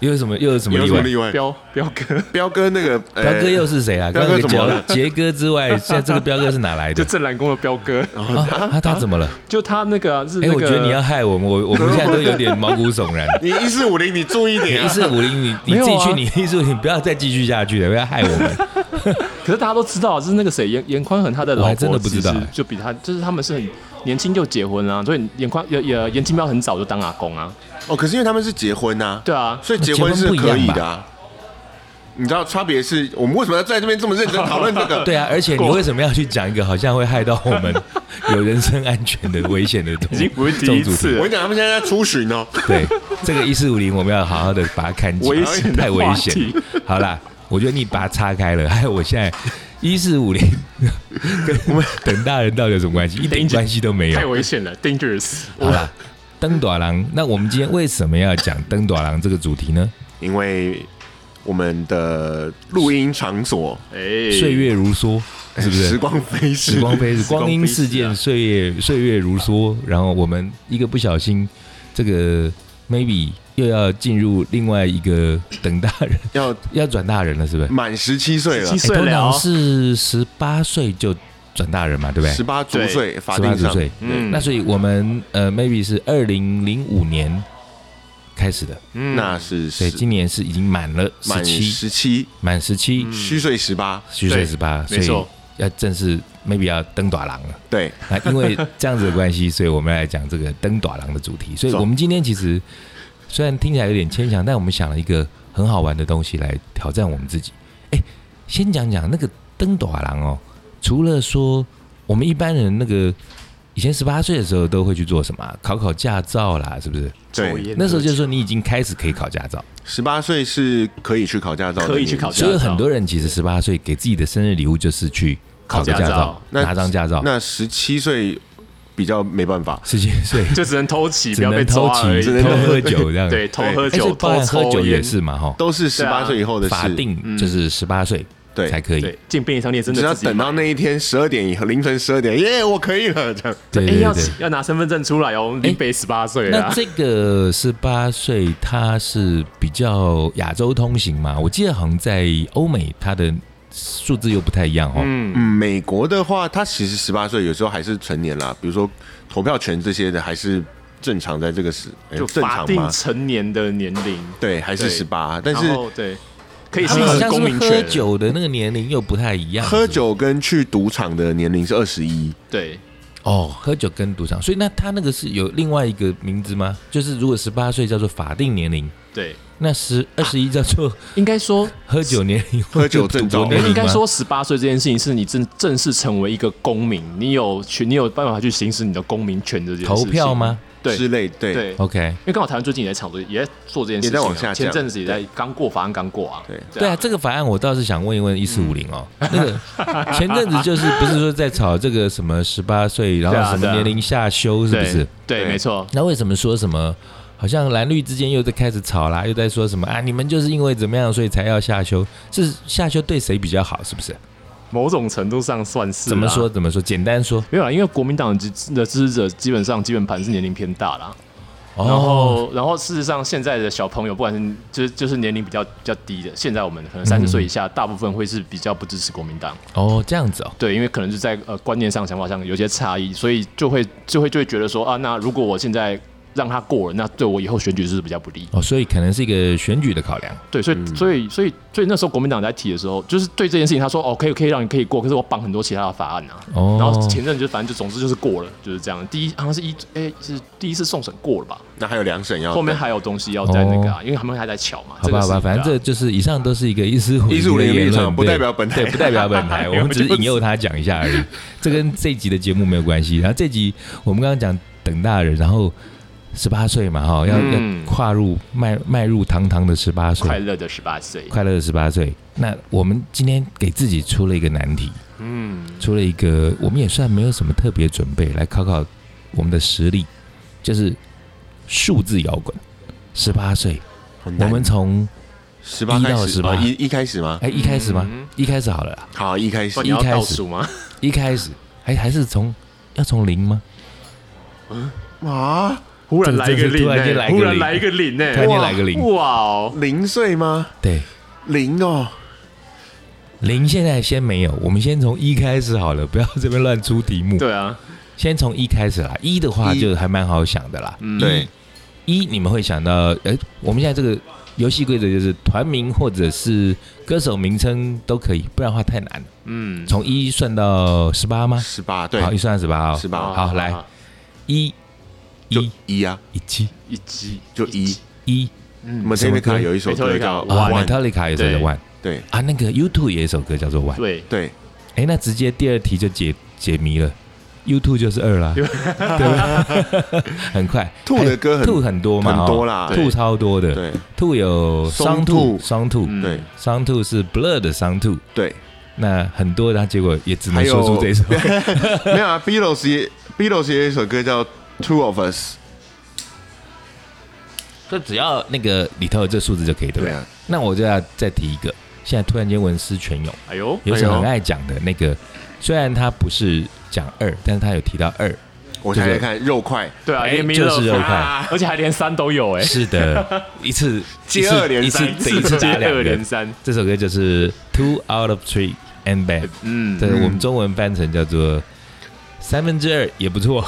[SPEAKER 3] 又有什么又有什么
[SPEAKER 1] 有
[SPEAKER 3] 例
[SPEAKER 1] 什
[SPEAKER 3] 外
[SPEAKER 1] 么？例外？
[SPEAKER 2] 彪彪哥，
[SPEAKER 1] 彪哥那个
[SPEAKER 3] 彪
[SPEAKER 1] 彪
[SPEAKER 3] 哥又是谁啊？
[SPEAKER 1] 彪哥
[SPEAKER 3] 刚刚
[SPEAKER 1] 怎么了
[SPEAKER 3] 讲杰哥之外，现在这个彪哥是哪来
[SPEAKER 2] 就
[SPEAKER 3] 的？
[SPEAKER 2] 正蓝宫的彪哥，
[SPEAKER 1] 哦
[SPEAKER 3] 啊，啊他怎么了？
[SPEAKER 2] 就他那个啊是
[SPEAKER 3] 哎，
[SPEAKER 2] 那
[SPEAKER 3] 我
[SPEAKER 2] 个，
[SPEAKER 3] 觉得你要害我们，我我们现在都有点毛骨悚然。
[SPEAKER 1] 你一四五零，你注意点
[SPEAKER 3] 一
[SPEAKER 1] 啊。
[SPEAKER 3] 四五零，你
[SPEAKER 2] 没
[SPEAKER 3] 你
[SPEAKER 2] 有
[SPEAKER 3] 自己去，
[SPEAKER 2] 啊
[SPEAKER 3] 你一四五零不要再继续下去了，不要害我 们。
[SPEAKER 2] 可是大家都知道，就是那个谁严严宽恒他的老
[SPEAKER 3] 我
[SPEAKER 2] 婆
[SPEAKER 3] 还真的不知道
[SPEAKER 2] 其实
[SPEAKER 3] 哎
[SPEAKER 2] 就比他就是他们是很年轻就结婚啊，所以严宽也也严金彪很早就当阿公啊，
[SPEAKER 1] 哦，可是因为他们是结婚呐，
[SPEAKER 2] 对啊，
[SPEAKER 1] 所以结婚是可以的啊。你知道差别是我们为什么要在这边这么认真讨论这个？
[SPEAKER 3] 对啊，而且你为什么要去讲一个好像会害到我们有人身安全的危险的东
[SPEAKER 2] 已
[SPEAKER 3] 西？
[SPEAKER 2] 经不是第一次
[SPEAKER 1] 我
[SPEAKER 2] 了
[SPEAKER 1] 跟你讲，他们现在在出巡哦。
[SPEAKER 3] 对，这个一四五零我们要好好的把它看紧，
[SPEAKER 2] 危险的
[SPEAKER 3] 太危
[SPEAKER 2] 话
[SPEAKER 3] 险
[SPEAKER 2] 题
[SPEAKER 3] 了。好啦，我觉得你把它岔开了，还有我现 在一四五零跟我们等大人到底有什么关系？一点关系都没
[SPEAKER 2] 太
[SPEAKER 3] 有。
[SPEAKER 2] 危险了，dangerous。
[SPEAKER 3] 啊好啦，登短郎，那我们今天为什么要讲登短郎这个主题呢？
[SPEAKER 1] 因为我们的录音场所
[SPEAKER 2] 哎，
[SPEAKER 3] 岁月如梭，是不
[SPEAKER 1] 时
[SPEAKER 3] 是？
[SPEAKER 1] 光飞逝，
[SPEAKER 3] 时光飞逝，
[SPEAKER 2] 光
[SPEAKER 3] 光阴
[SPEAKER 2] 飞逝
[SPEAKER 3] 似
[SPEAKER 2] 啊
[SPEAKER 3] 箭，岁月岁月如梭。然后我们一个不小心，这个 maybe 又要进入另外一个等大人，
[SPEAKER 1] 要
[SPEAKER 3] 要转大人了，是不是？
[SPEAKER 1] 满十七岁嗯了
[SPEAKER 2] 17，岁
[SPEAKER 3] 通
[SPEAKER 2] 了哦
[SPEAKER 3] 常是十八岁就转大人嘛，对不
[SPEAKER 1] 十
[SPEAKER 3] 对？
[SPEAKER 1] 八足岁，法
[SPEAKER 3] 十
[SPEAKER 1] 定
[SPEAKER 3] 八
[SPEAKER 1] 上
[SPEAKER 3] 岁。
[SPEAKER 2] 嗯，
[SPEAKER 3] 那所以我们呃，maybe 是二零零五年开始的，
[SPEAKER 2] 嗯
[SPEAKER 1] 那是
[SPEAKER 3] 所以
[SPEAKER 1] 十
[SPEAKER 3] 今年是已经满了十
[SPEAKER 1] 满
[SPEAKER 3] 七，
[SPEAKER 1] 十嗯七，
[SPEAKER 3] 满十七，
[SPEAKER 2] 嗯
[SPEAKER 1] 虚岁十八，
[SPEAKER 3] 虚岁
[SPEAKER 2] 对
[SPEAKER 3] 十八，所
[SPEAKER 2] 没
[SPEAKER 3] 以
[SPEAKER 2] 错
[SPEAKER 3] 要正式 maybe 要登短郎了。
[SPEAKER 1] 对，
[SPEAKER 3] 那因为这样子的关系，所以我们来讲这个登短廊的主题。所以我们今天其实虽然听起来有点牵强，但我们想了一个很好玩的东西来挑战我们自己。哎，先讲讲那个登短廊哦，除了说我们一般人那个以前十八岁的时候都会去做什么啊、考考驾照啦，是不是？
[SPEAKER 2] 抽
[SPEAKER 1] 对，
[SPEAKER 2] 烟
[SPEAKER 3] 那时候就是说你已经开始可以考驾照，
[SPEAKER 1] 十八岁是可以去考驾照的年纪，
[SPEAKER 2] 可以去考驾照
[SPEAKER 3] 所以很多人其实十八岁给自己的生日礼物就是去考个
[SPEAKER 2] 考驾
[SPEAKER 3] 驾
[SPEAKER 2] 照
[SPEAKER 3] 照，
[SPEAKER 1] 那
[SPEAKER 3] 拿张驾照。
[SPEAKER 1] 那十七岁比较没办法，
[SPEAKER 3] 十七岁
[SPEAKER 2] 就只能偷骑，
[SPEAKER 3] 只
[SPEAKER 2] 不要被
[SPEAKER 3] 能偷
[SPEAKER 2] 抓而
[SPEAKER 3] 骑、
[SPEAKER 2] 已。
[SPEAKER 1] 能
[SPEAKER 3] 偷 喝酒哎这样。
[SPEAKER 2] 对，偷
[SPEAKER 1] 对
[SPEAKER 2] 喝
[SPEAKER 3] 而且
[SPEAKER 2] 酒、
[SPEAKER 3] 包
[SPEAKER 2] 偷
[SPEAKER 3] 含喝
[SPEAKER 2] 抽
[SPEAKER 3] 酒也
[SPEAKER 2] 烟，
[SPEAKER 3] 是嘛，哈，
[SPEAKER 1] 都
[SPEAKER 2] 啊
[SPEAKER 1] 是十八岁以后的
[SPEAKER 3] 法
[SPEAKER 1] 事。
[SPEAKER 3] 定就是十八岁
[SPEAKER 1] 对
[SPEAKER 3] 才可以。
[SPEAKER 2] 嗯对，进便利商店真
[SPEAKER 1] 只
[SPEAKER 2] 的
[SPEAKER 1] 要
[SPEAKER 2] 自己
[SPEAKER 1] 等
[SPEAKER 2] 买
[SPEAKER 1] 到那一天十二点以后，凌晨十二点，耶，我可以了，这样。
[SPEAKER 3] 对
[SPEAKER 2] 哎、
[SPEAKER 3] 对
[SPEAKER 2] 要
[SPEAKER 3] 对。
[SPEAKER 2] 要拿身份证出来哦，我们林北十八岁了
[SPEAKER 3] 那
[SPEAKER 2] 啊。
[SPEAKER 3] 这个十八岁，它是比较亚洲通行嘛？我记得好像在欧美，它的数字又不太一样哦。
[SPEAKER 1] 嗯，
[SPEAKER 2] 嗯，
[SPEAKER 1] 美国的话，他其实十八岁有时候还是成年啦，比如说投票权这些的还是正常，在这个时、哎
[SPEAKER 2] 就
[SPEAKER 1] 正
[SPEAKER 2] 法
[SPEAKER 1] 常
[SPEAKER 2] 定
[SPEAKER 1] 吗？
[SPEAKER 2] 成年的年龄，
[SPEAKER 1] 对，还是
[SPEAKER 2] 对
[SPEAKER 1] 十八，但
[SPEAKER 2] 然
[SPEAKER 1] 是
[SPEAKER 2] 后对，可以
[SPEAKER 3] 他
[SPEAKER 2] 行
[SPEAKER 3] 们好
[SPEAKER 2] 使
[SPEAKER 3] 像
[SPEAKER 2] 公
[SPEAKER 3] 是
[SPEAKER 2] 民
[SPEAKER 3] 喝
[SPEAKER 2] 权。
[SPEAKER 3] 酒的那个年龄又不太一样。
[SPEAKER 1] 喝
[SPEAKER 3] 是
[SPEAKER 1] 酒跟去赌场的年龄是二十一，
[SPEAKER 2] 对，
[SPEAKER 3] 哦，喝酒跟赌场，所以那他那个是有另外一个名字吗？就是如果十八岁叫做法定年龄，
[SPEAKER 2] 对，
[SPEAKER 3] 那十二十一叫做
[SPEAKER 2] 应 该说，
[SPEAKER 3] 喝酒年龄，
[SPEAKER 1] 喝酒证照
[SPEAKER 3] 或者赌博年龄吗
[SPEAKER 2] 应该说，十八岁这件事情是你正正式成为一个公民，你有权，你有办法去行使你的公民权这件事情。
[SPEAKER 3] 投票？吗哦
[SPEAKER 2] 对
[SPEAKER 1] 之类，对。
[SPEAKER 2] 对，因啊
[SPEAKER 3] ？OK，
[SPEAKER 2] 为刚好台湾最近也在炒作，也在做这件事
[SPEAKER 1] 也
[SPEAKER 2] 情啊、
[SPEAKER 1] 在往下降
[SPEAKER 2] 前阵子也在刚过法案，刚过啊。
[SPEAKER 1] 对
[SPEAKER 3] 对啊，这个法案我倒是想问一问一四五零哦，那个 前阵子就是不是说在吵这个什么十八岁，然
[SPEAKER 2] 对啊
[SPEAKER 3] 后什么
[SPEAKER 2] 对啊
[SPEAKER 3] 年龄下修是不是？
[SPEAKER 2] 对？
[SPEAKER 1] 对
[SPEAKER 2] 对，没错。
[SPEAKER 3] 那为什么说什么好像蓝绿之间又在开始吵啦，又在说什么啊？你们就是因为怎么样，所以才要下修？是下修对谁比较好？是不
[SPEAKER 2] 啊
[SPEAKER 3] 是？
[SPEAKER 2] 某种程度上算是、啊、
[SPEAKER 3] 怎么说？？怎么说？简单说
[SPEAKER 2] 没有啦，因为国民党的支的支持者基本上基本盘是年龄偏大啦。然
[SPEAKER 3] 哦，
[SPEAKER 2] 后，然后事实上，现在的小朋友，不管是就是就是年龄比较比较低的，现在我们可能三
[SPEAKER 3] 嗯
[SPEAKER 2] 十岁以下，大部分会是比较不支持国民党，
[SPEAKER 3] 哦，这样子哦，
[SPEAKER 2] 对，因为可能是在呃观念上、想法上有些差异，所以就会就会就会觉得说啊，那如果我现在让他过了，那对我以后选举是不是比较不利。
[SPEAKER 3] 哦，所以可能是一个选举的考量。
[SPEAKER 2] 对，所以、
[SPEAKER 3] 嗯
[SPEAKER 2] 所以所以所以那时候国民党在提的时候，就是对这件事情，他说哦，可以可以让你可以过，可是我绑很多其他的法案啊。
[SPEAKER 3] 哦，
[SPEAKER 2] 然后前阵就反正就总之就是过了，就是这样。第一好像是一哎是第一次送审过了吧，
[SPEAKER 1] 那还有两审要等
[SPEAKER 2] 后面还有东西要在那个啊，因为他们还在瞧嘛。
[SPEAKER 3] 啊哦好吧，好吧，反正
[SPEAKER 2] 啊
[SPEAKER 3] 这就是啊以上都是一个 一丝五
[SPEAKER 1] 一丝五
[SPEAKER 3] 的
[SPEAKER 1] 零的
[SPEAKER 3] 言
[SPEAKER 1] 立场
[SPEAKER 3] 论
[SPEAKER 1] 不
[SPEAKER 3] 对
[SPEAKER 1] 代表本台
[SPEAKER 3] 对，不代表本 台，我们只是引诱他讲一下而已。这跟这一集的节目没有关系。然后这集我们刚刚讲等大人，然后十八岁嘛，哈，要
[SPEAKER 2] 嗯
[SPEAKER 3] 要跨入迈迈入堂堂的十八
[SPEAKER 2] 快
[SPEAKER 3] 岁，
[SPEAKER 2] 乐的十八岁，
[SPEAKER 3] 快乐的十八岁。那我们今天给自己出了一个难题，
[SPEAKER 2] 嗯，
[SPEAKER 3] 出了一个我们也算没有什么特别准备，来考考我们的实力，就是数字摇滚，十八岁。
[SPEAKER 1] 很
[SPEAKER 3] 我
[SPEAKER 1] 难
[SPEAKER 3] 们从
[SPEAKER 1] 十八开
[SPEAKER 3] 一到
[SPEAKER 1] 始
[SPEAKER 3] 十
[SPEAKER 1] 吗？
[SPEAKER 3] 八
[SPEAKER 1] 啊一一开始吗？
[SPEAKER 3] 哎，一开始吗？
[SPEAKER 2] 嗯
[SPEAKER 3] 一开始好了啦，
[SPEAKER 1] 好，一开
[SPEAKER 2] 不
[SPEAKER 1] 始
[SPEAKER 2] 然你要
[SPEAKER 3] 一开
[SPEAKER 2] 倒
[SPEAKER 3] 始
[SPEAKER 2] 数 吗？
[SPEAKER 3] 一开始哎还还是从要从零吗？
[SPEAKER 1] 啊，
[SPEAKER 2] 忽
[SPEAKER 3] 这
[SPEAKER 2] 然
[SPEAKER 3] 个
[SPEAKER 2] 来一个
[SPEAKER 3] 真是
[SPEAKER 2] 零
[SPEAKER 3] 突然
[SPEAKER 2] 欸，
[SPEAKER 3] 间来一个
[SPEAKER 2] 忽然
[SPEAKER 3] 零
[SPEAKER 2] 来一个零
[SPEAKER 3] 突然
[SPEAKER 2] 呢，
[SPEAKER 3] 间来个零，
[SPEAKER 2] 哇哦，
[SPEAKER 1] 零岁吗？
[SPEAKER 3] 对，
[SPEAKER 1] 零哦，
[SPEAKER 3] 零现在先没有，我们先从一开始好了，不要这边乱出题目。
[SPEAKER 2] 对啊，
[SPEAKER 3] 先从一开始啦，一的话
[SPEAKER 1] 一
[SPEAKER 3] 就还蛮好想的啦。
[SPEAKER 2] 嗯
[SPEAKER 1] 对，
[SPEAKER 3] 一你们会想到，哎，我们现在这个游戏规则就是团名或者是歌手名称都可以，不然的话太难了。
[SPEAKER 2] 嗯，
[SPEAKER 3] 从一算到十八吗？
[SPEAKER 1] 十八对
[SPEAKER 3] 好，一算到十八哦。
[SPEAKER 1] 18
[SPEAKER 3] 好，来
[SPEAKER 2] 啊
[SPEAKER 3] 一
[SPEAKER 1] 就
[SPEAKER 3] 一
[SPEAKER 1] 一啊，
[SPEAKER 3] 一七
[SPEAKER 2] 一击
[SPEAKER 1] 就一。
[SPEAKER 3] 一，
[SPEAKER 1] 我
[SPEAKER 2] 嗯，
[SPEAKER 1] 们
[SPEAKER 3] 什
[SPEAKER 1] t
[SPEAKER 3] 么
[SPEAKER 1] e 卡
[SPEAKER 3] 歌
[SPEAKER 1] 有一首歌
[SPEAKER 2] Metallica，
[SPEAKER 1] 叫《
[SPEAKER 3] 哇
[SPEAKER 1] One》，
[SPEAKER 3] ，Metallica 有首叫
[SPEAKER 2] 对
[SPEAKER 3] One
[SPEAKER 1] 对
[SPEAKER 3] 啊，那个 YouTube 也有一首歌叫做 One。
[SPEAKER 2] 对，
[SPEAKER 1] 对，
[SPEAKER 3] 哎，那直接第二题就解解谜了。YouTube 就是二啦，对吧？很快，
[SPEAKER 1] 兔的歌很
[SPEAKER 3] 兔很多嘛，
[SPEAKER 1] 很多
[SPEAKER 3] 哦
[SPEAKER 1] 啦，
[SPEAKER 3] 兔超多的，
[SPEAKER 1] 对
[SPEAKER 3] 兔有
[SPEAKER 1] 双
[SPEAKER 3] 双兔，
[SPEAKER 1] 兔
[SPEAKER 3] 双兔，
[SPEAKER 2] 嗯
[SPEAKER 1] 对
[SPEAKER 3] 双兔是 Blur 的双兔，
[SPEAKER 1] 对，
[SPEAKER 3] 那很多，然后结果也只能
[SPEAKER 1] 还有
[SPEAKER 3] 说出这一首。
[SPEAKER 1] 没有啊，Beatles 也 Beatles 也有一首歌叫《Two of Us》，
[SPEAKER 3] 就只要那个里头有这数字就可以，对
[SPEAKER 1] 对
[SPEAKER 3] 不对？
[SPEAKER 1] 啊，
[SPEAKER 3] 那我就要再提一个，现在突然间文思泉涌，
[SPEAKER 2] 哎呦，
[SPEAKER 3] 有一首很爱讲的那个，虽然他不是讲二，但是他有提到二，
[SPEAKER 1] 我猜
[SPEAKER 3] 这
[SPEAKER 1] 猜
[SPEAKER 3] 个
[SPEAKER 1] 看，肉块
[SPEAKER 2] 对啊，
[SPEAKER 3] 哎
[SPEAKER 2] Amy
[SPEAKER 3] 就是肉
[SPEAKER 2] Love
[SPEAKER 3] 块
[SPEAKER 2] 啊而且还连三都有哎，
[SPEAKER 3] 是的，一次
[SPEAKER 1] 接二连三
[SPEAKER 3] 一次一次
[SPEAKER 2] 接
[SPEAKER 3] 打两
[SPEAKER 2] 二
[SPEAKER 3] 个
[SPEAKER 2] 连三，
[SPEAKER 3] 这首歌就是 Two Out of Three and Back，
[SPEAKER 2] 嗯，
[SPEAKER 3] 这我们中文翻成叫做三分之二也不错。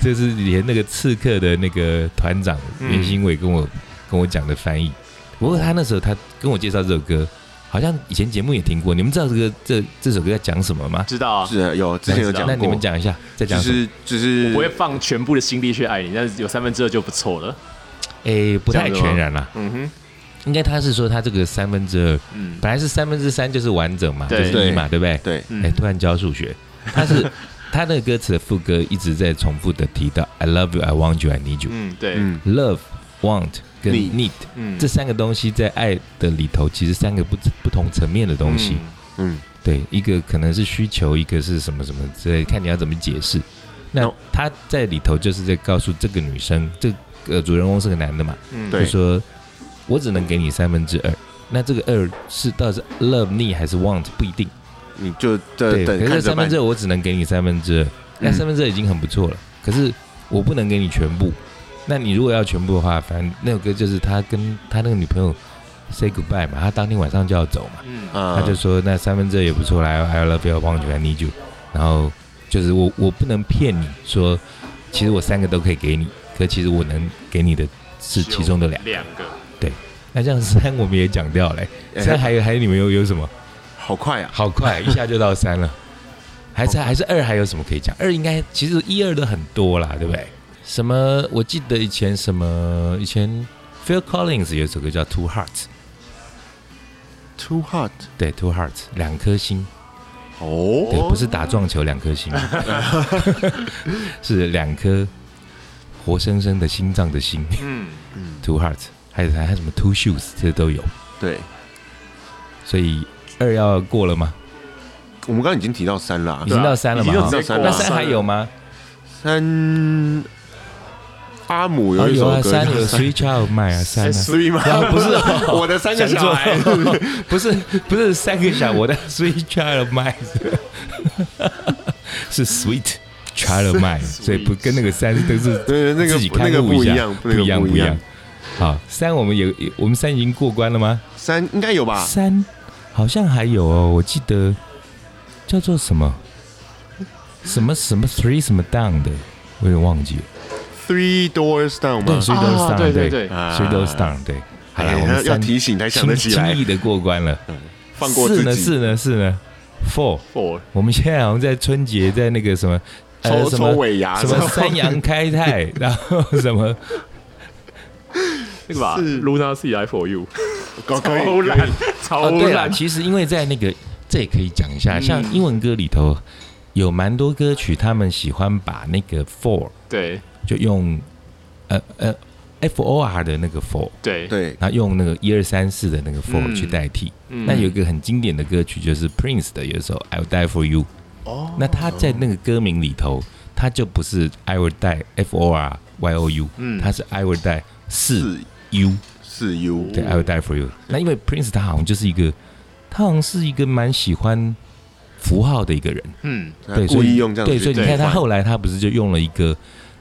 [SPEAKER 3] 这是连那个刺客的那个团长
[SPEAKER 2] 嗯
[SPEAKER 3] 袁兴伟跟我、跟我讲的翻译。不过他那时候他跟我介绍这首歌，好像以前节目也听过。你们知道这个这这首歌在讲什么吗？
[SPEAKER 2] 知道啊，
[SPEAKER 1] 是有之前有讲
[SPEAKER 3] 那
[SPEAKER 1] 过，
[SPEAKER 3] 你们讲一下，在
[SPEAKER 1] 就
[SPEAKER 3] 讲什么？
[SPEAKER 1] 是就是
[SPEAKER 2] 我会放全部的心力去爱你，但是有三分之二就不错了。
[SPEAKER 3] 诶，不太
[SPEAKER 2] 这样子吗
[SPEAKER 3] 全然啦、
[SPEAKER 2] 嗯哼，
[SPEAKER 3] 应该他是说他这个三分之二，
[SPEAKER 2] 嗯
[SPEAKER 3] 本来是三分之三就是完整嘛，就
[SPEAKER 2] 对
[SPEAKER 3] 是一嘛，对不对？
[SPEAKER 1] 对
[SPEAKER 3] 哎、突然教数学，他是他那个歌词的副歌一直在重复的提到 I love you, I want you, I need you、
[SPEAKER 2] 嗯，对，
[SPEAKER 1] 嗯
[SPEAKER 3] love, want 跟
[SPEAKER 1] Need
[SPEAKER 3] need
[SPEAKER 2] 嗯
[SPEAKER 3] 这三个东西在爱的里头，其实三个不不同层面的东西。
[SPEAKER 1] 嗯
[SPEAKER 3] 对，一个可能是需求，一个是什么什么之类，看你要怎么解释。那
[SPEAKER 1] 那
[SPEAKER 3] 他在里头就是在告诉这个女生，这个、呃主人公是个男的嘛，
[SPEAKER 2] 嗯，
[SPEAKER 1] 对
[SPEAKER 3] 就说我只能给你三分之二。那这个二是到底是 love need 还是 want 不一定。
[SPEAKER 1] 你就
[SPEAKER 3] 对，
[SPEAKER 1] 这等
[SPEAKER 3] 可
[SPEAKER 1] 呃看
[SPEAKER 3] 是
[SPEAKER 1] 着
[SPEAKER 3] 三分
[SPEAKER 1] 办
[SPEAKER 3] 之，二我只能给你三分之二，那
[SPEAKER 1] 嗯
[SPEAKER 3] 三分之二已经很不错了。可是我不能给你全部。那你如果要全部的话，反正那首歌就是他跟他那个女朋友 say goodbye 嘛，他当天晚上就要走嘛，
[SPEAKER 2] 嗯
[SPEAKER 1] 啊
[SPEAKER 3] 他就说那三分之二也不错啦，I love you, I want you, I need you。然后就是我我不能骗你说，其实我三个都可以给你，可其实我能给你的是其中的两。
[SPEAKER 2] 两个，
[SPEAKER 3] 那这样三我们也讲掉嘞、
[SPEAKER 1] 哎
[SPEAKER 3] 三还有还有你们有有什么？
[SPEAKER 1] 好快啊，
[SPEAKER 3] 好快，一下就到三了。还是还是二还有什么可以讲？二应该其实一二都很多啦，对不对？什么？我记得以前什么以前 Phil Collins 有一首歌叫《Two Hearts》，
[SPEAKER 1] ，Too Hot
[SPEAKER 3] 对，《Two Hearts》两颗心，
[SPEAKER 1] 哦，
[SPEAKER 3] 对，不是打撞球两 颗心，是两颗活生生的心脏的心，
[SPEAKER 2] 嗯，
[SPEAKER 3] 《Two Hearts》，还有还有什么《Two Shoes》，这都有。
[SPEAKER 1] 对，
[SPEAKER 3] 所以二要过了吗？
[SPEAKER 1] 我们刚刚已经提到三了啊
[SPEAKER 3] 已，经到三了嘛
[SPEAKER 2] 已经
[SPEAKER 3] 哈
[SPEAKER 2] 到
[SPEAKER 1] 直接过了
[SPEAKER 3] 那三还有吗？
[SPEAKER 1] 三阿姆有
[SPEAKER 3] 哦
[SPEAKER 1] 一首
[SPEAKER 3] 有啊，
[SPEAKER 1] 歌
[SPEAKER 3] 三
[SPEAKER 1] 叫
[SPEAKER 3] 有 Three Child 卖啊，三啊。
[SPEAKER 1] Three 吗？
[SPEAKER 3] 啊不是哦
[SPEAKER 1] 我的三个
[SPEAKER 3] 想
[SPEAKER 1] 小
[SPEAKER 3] 错
[SPEAKER 1] 孩，
[SPEAKER 3] 了不是不是三个小，我的 sweet child mind 是 sweet child mind，所以不跟那个三都是
[SPEAKER 1] 对，那
[SPEAKER 3] 自己
[SPEAKER 1] 个
[SPEAKER 3] 看
[SPEAKER 1] 那个
[SPEAKER 3] 顾
[SPEAKER 1] 不一
[SPEAKER 3] 下
[SPEAKER 1] 样，
[SPEAKER 3] 不
[SPEAKER 1] 那
[SPEAKER 3] 一
[SPEAKER 1] 个
[SPEAKER 3] 样
[SPEAKER 1] 不
[SPEAKER 3] 不
[SPEAKER 1] 一
[SPEAKER 3] 一样
[SPEAKER 1] 样。。
[SPEAKER 3] 好，三我们有我们三已经过关了吗？
[SPEAKER 1] 三应该有吧？
[SPEAKER 3] 三好像还有哦，我记得叫做什么什么什么 three 什么 down 的，我有点忘记了。
[SPEAKER 1] Three Doors Down
[SPEAKER 3] 对
[SPEAKER 1] 吗？
[SPEAKER 3] ，three doors
[SPEAKER 2] 啊
[SPEAKER 3] down，
[SPEAKER 2] 对对
[SPEAKER 3] 对
[SPEAKER 2] 对
[SPEAKER 1] 嗯啊
[SPEAKER 3] three doors down，对。好
[SPEAKER 1] 哎
[SPEAKER 3] 了，我
[SPEAKER 1] 要
[SPEAKER 3] 们
[SPEAKER 1] 要
[SPEAKER 3] 三
[SPEAKER 1] 提醒才想
[SPEAKER 3] 轻
[SPEAKER 1] 得起来
[SPEAKER 3] 轻，易的过关了。
[SPEAKER 1] 放过
[SPEAKER 3] 四
[SPEAKER 1] 自
[SPEAKER 3] 呢？
[SPEAKER 1] 己。
[SPEAKER 3] 四呢？四呢？Four，
[SPEAKER 2] four，
[SPEAKER 3] 我们现在好像在春节，在那个什么呃
[SPEAKER 1] 抽
[SPEAKER 3] 什
[SPEAKER 1] 抽
[SPEAKER 3] 么
[SPEAKER 1] 尾牙
[SPEAKER 3] 什么 三阳开泰，然后什么
[SPEAKER 2] 那个吧
[SPEAKER 1] 是
[SPEAKER 2] ，Luna C I for you，
[SPEAKER 1] 高可以
[SPEAKER 2] 超
[SPEAKER 1] 可
[SPEAKER 2] 烂
[SPEAKER 1] 以，
[SPEAKER 2] 超
[SPEAKER 3] 哦对了，
[SPEAKER 2] 烂，
[SPEAKER 3] 其实因为在那个这也可以讲一下，
[SPEAKER 2] 嗯
[SPEAKER 3] 像英文歌里头有蛮多歌曲，他们喜欢把那个 four
[SPEAKER 2] 对
[SPEAKER 3] 就用呃呃 F O R 的那个 four，
[SPEAKER 2] 对，
[SPEAKER 1] 对，
[SPEAKER 3] 然后用那个一二三四的那个 four
[SPEAKER 2] 嗯
[SPEAKER 3] 去代替。
[SPEAKER 2] 嗯
[SPEAKER 3] 那有一个很经典的歌曲就是 Prince 的有一首《I'll Die for You》。
[SPEAKER 1] 哦，
[SPEAKER 3] 那他在那个歌名里头，他就不是 I will die F O R Y O U，
[SPEAKER 2] 嗯
[SPEAKER 3] 他是 I will die 是
[SPEAKER 1] 四
[SPEAKER 3] U，
[SPEAKER 1] 四 U，
[SPEAKER 3] 对，I 啊 will die for you。那因为 Prince 他好像就是一个，他好像是一个蛮喜欢符号的一个人，
[SPEAKER 2] 嗯，
[SPEAKER 1] 他
[SPEAKER 3] 对，
[SPEAKER 1] 故
[SPEAKER 3] 所以
[SPEAKER 1] 意用这样
[SPEAKER 3] 对，
[SPEAKER 1] 子
[SPEAKER 3] 所
[SPEAKER 1] 去
[SPEAKER 3] 以你
[SPEAKER 2] 对
[SPEAKER 3] 看他
[SPEAKER 2] 换
[SPEAKER 3] 后来他不是就用了一个